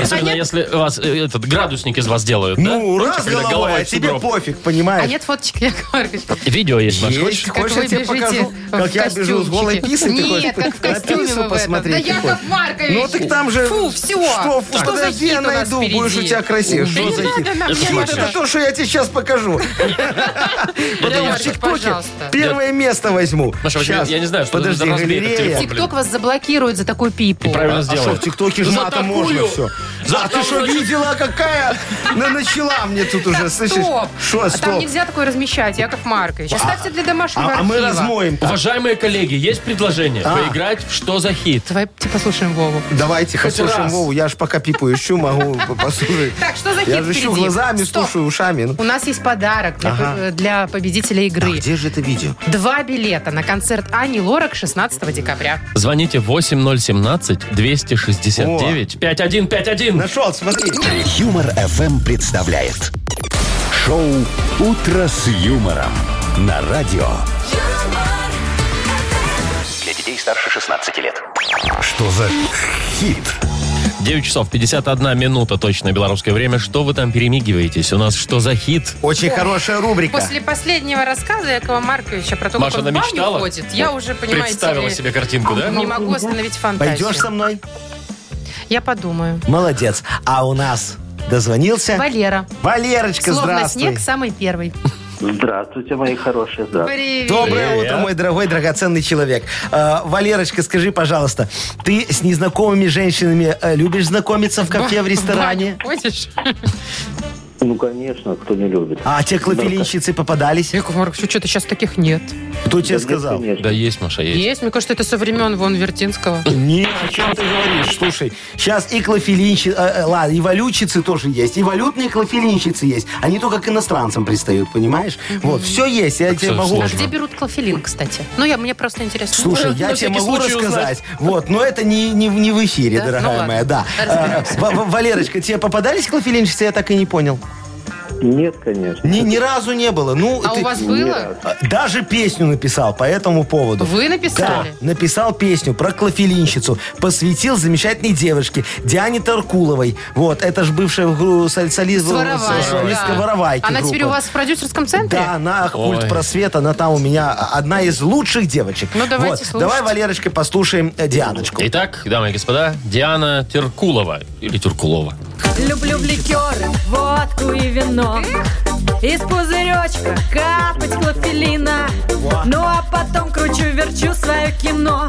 Speaker 2: Особенно
Speaker 3: А нет-
Speaker 2: если вас э, этот градусник из вас делают, да?
Speaker 4: Ну,
Speaker 2: Помните,
Speaker 4: раз
Speaker 2: когда
Speaker 4: голова, а
Speaker 2: в
Speaker 4: тебе
Speaker 2: сугроб?
Speaker 4: пофиг,
Speaker 3: А
Speaker 4: понимаешь?
Speaker 3: нет фоточки, Яков Маркович?
Speaker 2: Видео есть, Маша.
Speaker 4: Есть,
Speaker 3: Как
Speaker 4: хочешь,
Speaker 3: вы
Speaker 4: я тебе
Speaker 3: бежите
Speaker 4: покажу,
Speaker 3: в
Speaker 4: как я бежу с голой
Speaker 3: костюмчике?
Speaker 4: писой, ты
Speaker 3: Нет,
Speaker 4: хочешь
Speaker 3: как в костюме
Speaker 4: на пису
Speaker 3: вы в этом.
Speaker 4: посмотреть?
Speaker 3: Да
Speaker 4: ты
Speaker 3: Яков
Speaker 4: хочешь?
Speaker 3: Маркович!
Speaker 4: Ну так там же...
Speaker 3: Фу, все!
Speaker 4: Что,
Speaker 3: Что
Speaker 4: что
Speaker 3: за
Speaker 4: за
Speaker 3: хит
Speaker 4: я
Speaker 3: у нас
Speaker 4: найду,
Speaker 3: впереди?
Speaker 4: будешь у тебя красиво.
Speaker 2: Да
Speaker 4: Что
Speaker 2: не
Speaker 4: за
Speaker 2: надо
Speaker 4: хит?
Speaker 3: нам,
Speaker 2: Это
Speaker 3: я
Speaker 4: Хит
Speaker 2: Маша.
Speaker 4: это то, что я тебе сейчас покажу. Потом в
Speaker 3: Яков,
Speaker 4: ТикТоке
Speaker 3: пожалуйста.
Speaker 4: первое место возьму.
Speaker 2: Маша, вот я-
Speaker 4: Щас.
Speaker 2: я не знаю, что это
Speaker 4: Подожди,
Speaker 2: за разбей, это
Speaker 4: галерея.
Speaker 2: телефон.
Speaker 3: Тикток вас заблокирует за такую пипу.
Speaker 2: Правильно
Speaker 4: А что,
Speaker 2: сделали.
Speaker 4: в ТикТоке жматом можно все? А ты что,
Speaker 2: вроде-
Speaker 4: видела, какая на- начала мне тут уже, слышишь?
Speaker 3: Стоп.
Speaker 4: Что,
Speaker 3: А Там
Speaker 4: стоп?
Speaker 3: нельзя такое размещать, Яков Маркович. Оставьте для домашнего
Speaker 4: А а мы
Speaker 3: архива.
Speaker 4: размоем так.
Speaker 2: Уважаемые коллеги, есть предложение
Speaker 4: А.
Speaker 2: поиграть в «Что за хит?»
Speaker 3: Давайте послушаем Вову.
Speaker 4: Давайте,
Speaker 2: Хоть
Speaker 4: послушаем
Speaker 2: раз.
Speaker 4: Вову. Я ж пока пипу ищу, могу по- послушать.
Speaker 3: Так, что за хит
Speaker 4: Я же ищу
Speaker 3: впереди?
Speaker 4: глазами,
Speaker 3: Стоп.
Speaker 4: слушаю ушами. ну.
Speaker 3: У нас есть подарок для,
Speaker 4: Ага.
Speaker 3: э, для победителя игры.
Speaker 4: А где же это видео?
Speaker 3: Два билета на концерт Ани Лорак 16 декабря.
Speaker 2: Звоните 8017-269-5151.
Speaker 4: Нашел, смотри.
Speaker 1: Юмор FM представляет шоу Утро с юмором на радио.
Speaker 6: Для детей старше 16 лет.
Speaker 1: Что за хит?
Speaker 2: 9 часов 51 минута точное белорусское время. Что вы там перемигиваетесь? У нас «Что за хит?»
Speaker 4: Очень хорошая рубрика.
Speaker 3: После последнего рассказа Якова Марковича про то,
Speaker 2: Маша
Speaker 3: как он в баню
Speaker 2: намечтала? Ну,
Speaker 3: ходит, я уже, понимаете
Speaker 2: Представила
Speaker 3: ли,
Speaker 2: себе картинку, да?
Speaker 3: не могу остановить фантазию.
Speaker 4: Пойдешь со мной?
Speaker 3: Я подумаю.
Speaker 4: Молодец. А у нас дозвонился
Speaker 3: Валера.
Speaker 4: Валерочка,
Speaker 3: Словно
Speaker 4: здравствуй.
Speaker 3: снег, самый первый.
Speaker 7: Здравствуйте, мои хорошие, здравствуйте.
Speaker 3: Привет.
Speaker 4: Доброе
Speaker 2: Привет.
Speaker 4: утро, мой дорогой драгоценный человек. Э, Валерочка, скажи, пожалуйста, ты с незнакомыми женщинами э, любишь знакомиться в кафе, в ресторане?
Speaker 3: баню Ходишь?
Speaker 7: Ну, конечно, кто не любит.
Speaker 4: А те клофелинщицы попадались?
Speaker 3: Яков Маркович, что-то сейчас таких нет.
Speaker 4: Кто тебе сказал?
Speaker 7: Конечно.
Speaker 2: Да есть, Маша, есть.
Speaker 3: Есть, мне кажется, это со времен вон Вертинского.
Speaker 4: Нет, о чем ты говоришь? Слушай, сейчас и клофелинщицы, ладно, и валютчицы тоже есть, и валютные клофелинщицы есть. Они только к иностранцам пристают, понимаешь? Вот, все есть, я тебе
Speaker 2: что
Speaker 4: могу...
Speaker 2: сложно?
Speaker 3: А где берут клофелин, кстати? Ну, я, мне просто интересно.
Speaker 4: Слушай, я
Speaker 3: ну,
Speaker 2: на
Speaker 4: тебе
Speaker 2: всякий
Speaker 4: могу
Speaker 2: случай
Speaker 4: рассказать. Вот, но это не, не, в- не в эфире,
Speaker 3: Да?
Speaker 4: дорогая
Speaker 3: Ну ладно,
Speaker 4: моя, да.
Speaker 3: разберемся.
Speaker 4: Э, Ва- Ва- Валерочка, тебе попадались клофелинщицы, я так и не понял.
Speaker 7: Нет, конечно.
Speaker 4: Ни, ни разу не было. Ну,
Speaker 3: А
Speaker 4: ты-
Speaker 3: у вас было?
Speaker 4: Э, Даже песню написал по этому поводу.
Speaker 3: Вы
Speaker 4: Да,
Speaker 3: написали?
Speaker 4: написал песню про клофелинщицу. Посвятил замечательной девушке Диане Таркуловой. Вот, это же бывшая гру- соль- солист
Speaker 3: Своровая.
Speaker 4: солистка
Speaker 3: да.
Speaker 4: Воровайки
Speaker 3: Она А теперь у
Speaker 4: группы.
Speaker 3: вас в продюсерском центре?
Speaker 4: Да, она
Speaker 2: Ой.
Speaker 4: культ просвета, она там у меня одна из лучших девочек.
Speaker 3: Ну, давайте
Speaker 4: Вот,
Speaker 3: слушать.
Speaker 4: Давай, Валерочка, послушаем э, Дианочку.
Speaker 2: Итак, дамы и господа, Диана Теркулова. Или Тюркулова.
Speaker 10: Люблю ликеры, водку и вино Из пузыречка капать клофелина Ну а потом кручу-верчу свое кино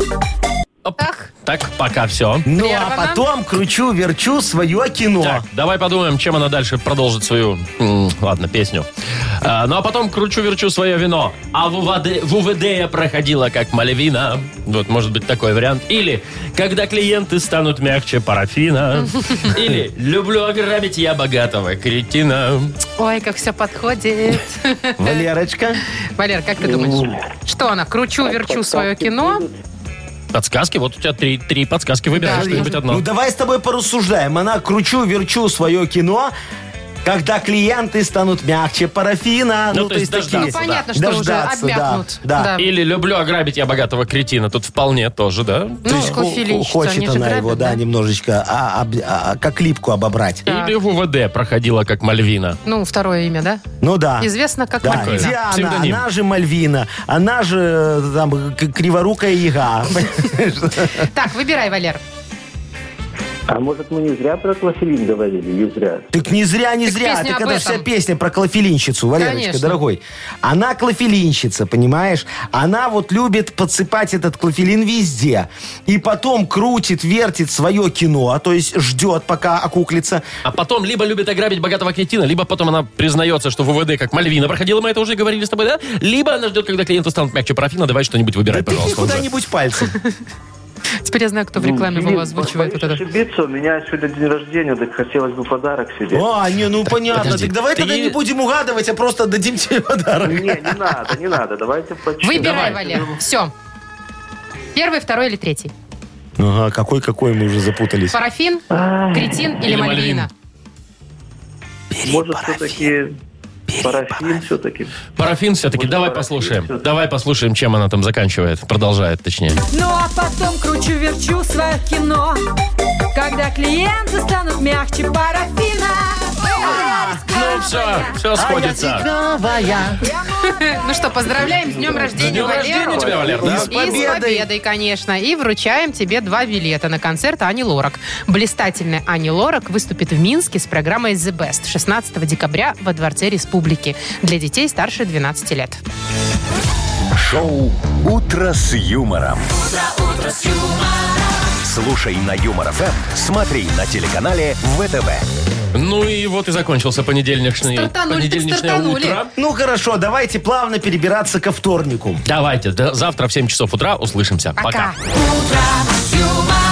Speaker 2: Оп.
Speaker 3: Так.
Speaker 2: Так, пока все.
Speaker 4: Ну,
Speaker 3: Прервано.
Speaker 4: а потом кручу-верчу свое кино.
Speaker 2: Так, давай подумаем, чем она дальше продолжит свою, м, ладно, песню. А, ну а потом кручу-верчу свое вино. А в УВД, в УВД я проходила как малевина. Вот, может быть, такой вариант. Или, когда клиенты станут мягче парафина. Или, люблю ограбить я богатого кретина.
Speaker 3: Ой, как все подходит.
Speaker 4: Валерочка.
Speaker 3: Валер, как ты думаешь? Что она, кручу-верчу свое кино?
Speaker 2: Подсказки, вот у тебя три, три подсказки, выбирай
Speaker 3: Да,
Speaker 2: что-нибудь одно.
Speaker 4: Ну, давай с тобой порассуждаем. Она кручу-верчу свое кино, когда клиенты станут мягче парафина.
Speaker 2: Ну, то есть
Speaker 3: Ну,
Speaker 2: дождаться,
Speaker 3: понятно, что уже
Speaker 4: Дождаться, да,
Speaker 3: обмякнут.
Speaker 4: да.
Speaker 2: Или люблю ограбить я богатого кретина. Тут вполне тоже, да?
Speaker 3: Ну,
Speaker 4: Хо-
Speaker 3: клофелинщица, они
Speaker 4: Хочет
Speaker 3: же
Speaker 4: она
Speaker 3: грабят,
Speaker 4: его, да, немножечко, а, об- а, как липку обобрать.
Speaker 3: Да.
Speaker 2: Или в УВД проходила как мальвина.
Speaker 3: Ну, второе имя, да?
Speaker 4: Ну да.
Speaker 3: Известно как
Speaker 4: Да,
Speaker 3: Мальвина.
Speaker 4: Диана,
Speaker 2: Псевдоним.
Speaker 4: она же Мальвина, она же э, там к- криворукая яга.
Speaker 3: Так, выбирай, Валер.
Speaker 7: А может, мы не зря про клофелин говорили? Не зря.
Speaker 4: Так не зря, не
Speaker 3: Так
Speaker 4: зря.
Speaker 3: песня
Speaker 4: Так
Speaker 3: об
Speaker 4: это
Speaker 3: этом.
Speaker 4: вся песня про клофелинщицу, Валерочка,
Speaker 3: Конечно.
Speaker 4: дорогой. Она клофелинщица, понимаешь? Она вот любит подсыпать этот клофелин везде. И потом крутит, вертит свое кино, а то есть ждет, пока окуклится.
Speaker 2: А потом либо любит ограбить богатого кретина, либо потом она признается, что в УВД как Мальвина проходила, мы это уже говорили с тобой, да? Либо она ждет, когда клиенты станут мягче парафина, давай что-нибудь выбирай,
Speaker 4: Да тыкни
Speaker 2: пожалуйста. уже.
Speaker 4: куда-нибудь пальцем.
Speaker 3: Теперь я знаю, кто в
Speaker 4: Ну,
Speaker 3: рекламе
Speaker 7: Блин,
Speaker 3: его озвучивает. вот
Speaker 7: боюсь
Speaker 3: это.
Speaker 7: ошибиться, у меня сегодня день рождения, так хотелось бы подарок себе.
Speaker 4: А, не, ну понятно.
Speaker 2: подожди,
Speaker 4: так давай
Speaker 2: ты-
Speaker 4: тогда не будем угадывать, а просто дадим тебе подарок.
Speaker 7: Не, не надо, не надо, давайте почитаем.
Speaker 3: Выбирай, Валер. Все. Первый, второй или третий?
Speaker 4: Ага, какой-какой, мы уже запутались.
Speaker 3: Парафин, кретин или,
Speaker 2: Или
Speaker 3: мальвина?
Speaker 2: мальвин.
Speaker 7: Может, все-таки парафин все-таки.
Speaker 2: Парафин все-таки, давай послушаем. Давай послушаем, чем она там заканчивает. Продолжает, точнее.
Speaker 10: Ну а потом кручу-верчу свое кино Когда клиенты станут мягче парафина
Speaker 2: Ну все, все сходится.
Speaker 3: Ну что, поздравляем с днем
Speaker 2: С
Speaker 3: рождения,
Speaker 2: днем
Speaker 3: Валеру.
Speaker 2: рождения тебя, Валер,
Speaker 4: И
Speaker 2: да?
Speaker 4: с
Speaker 3: И с победой, конечно. И вручаем тебе два билета на концерт Ани Лорак. Блистательная Ани Лорак выступит в Минске с программой The Best 16 декабря во Дворце Республики для детей старше 12 лет.
Speaker 1: Шоу Утро с юмором. Слушай на Юмор ФМ, смотри на телеканале ВТВ.
Speaker 2: Ну и вот и закончился понедельничный,
Speaker 3: Стартанули, так
Speaker 2: понедельничное
Speaker 3: стартанули.
Speaker 2: утро.
Speaker 4: Ну хорошо, давайте плавно перебираться ко вторнику.
Speaker 2: Давайте, до завтра в 7 часов утра услышимся. Пока.
Speaker 3: Пока.
Speaker 10: Утро с юмором.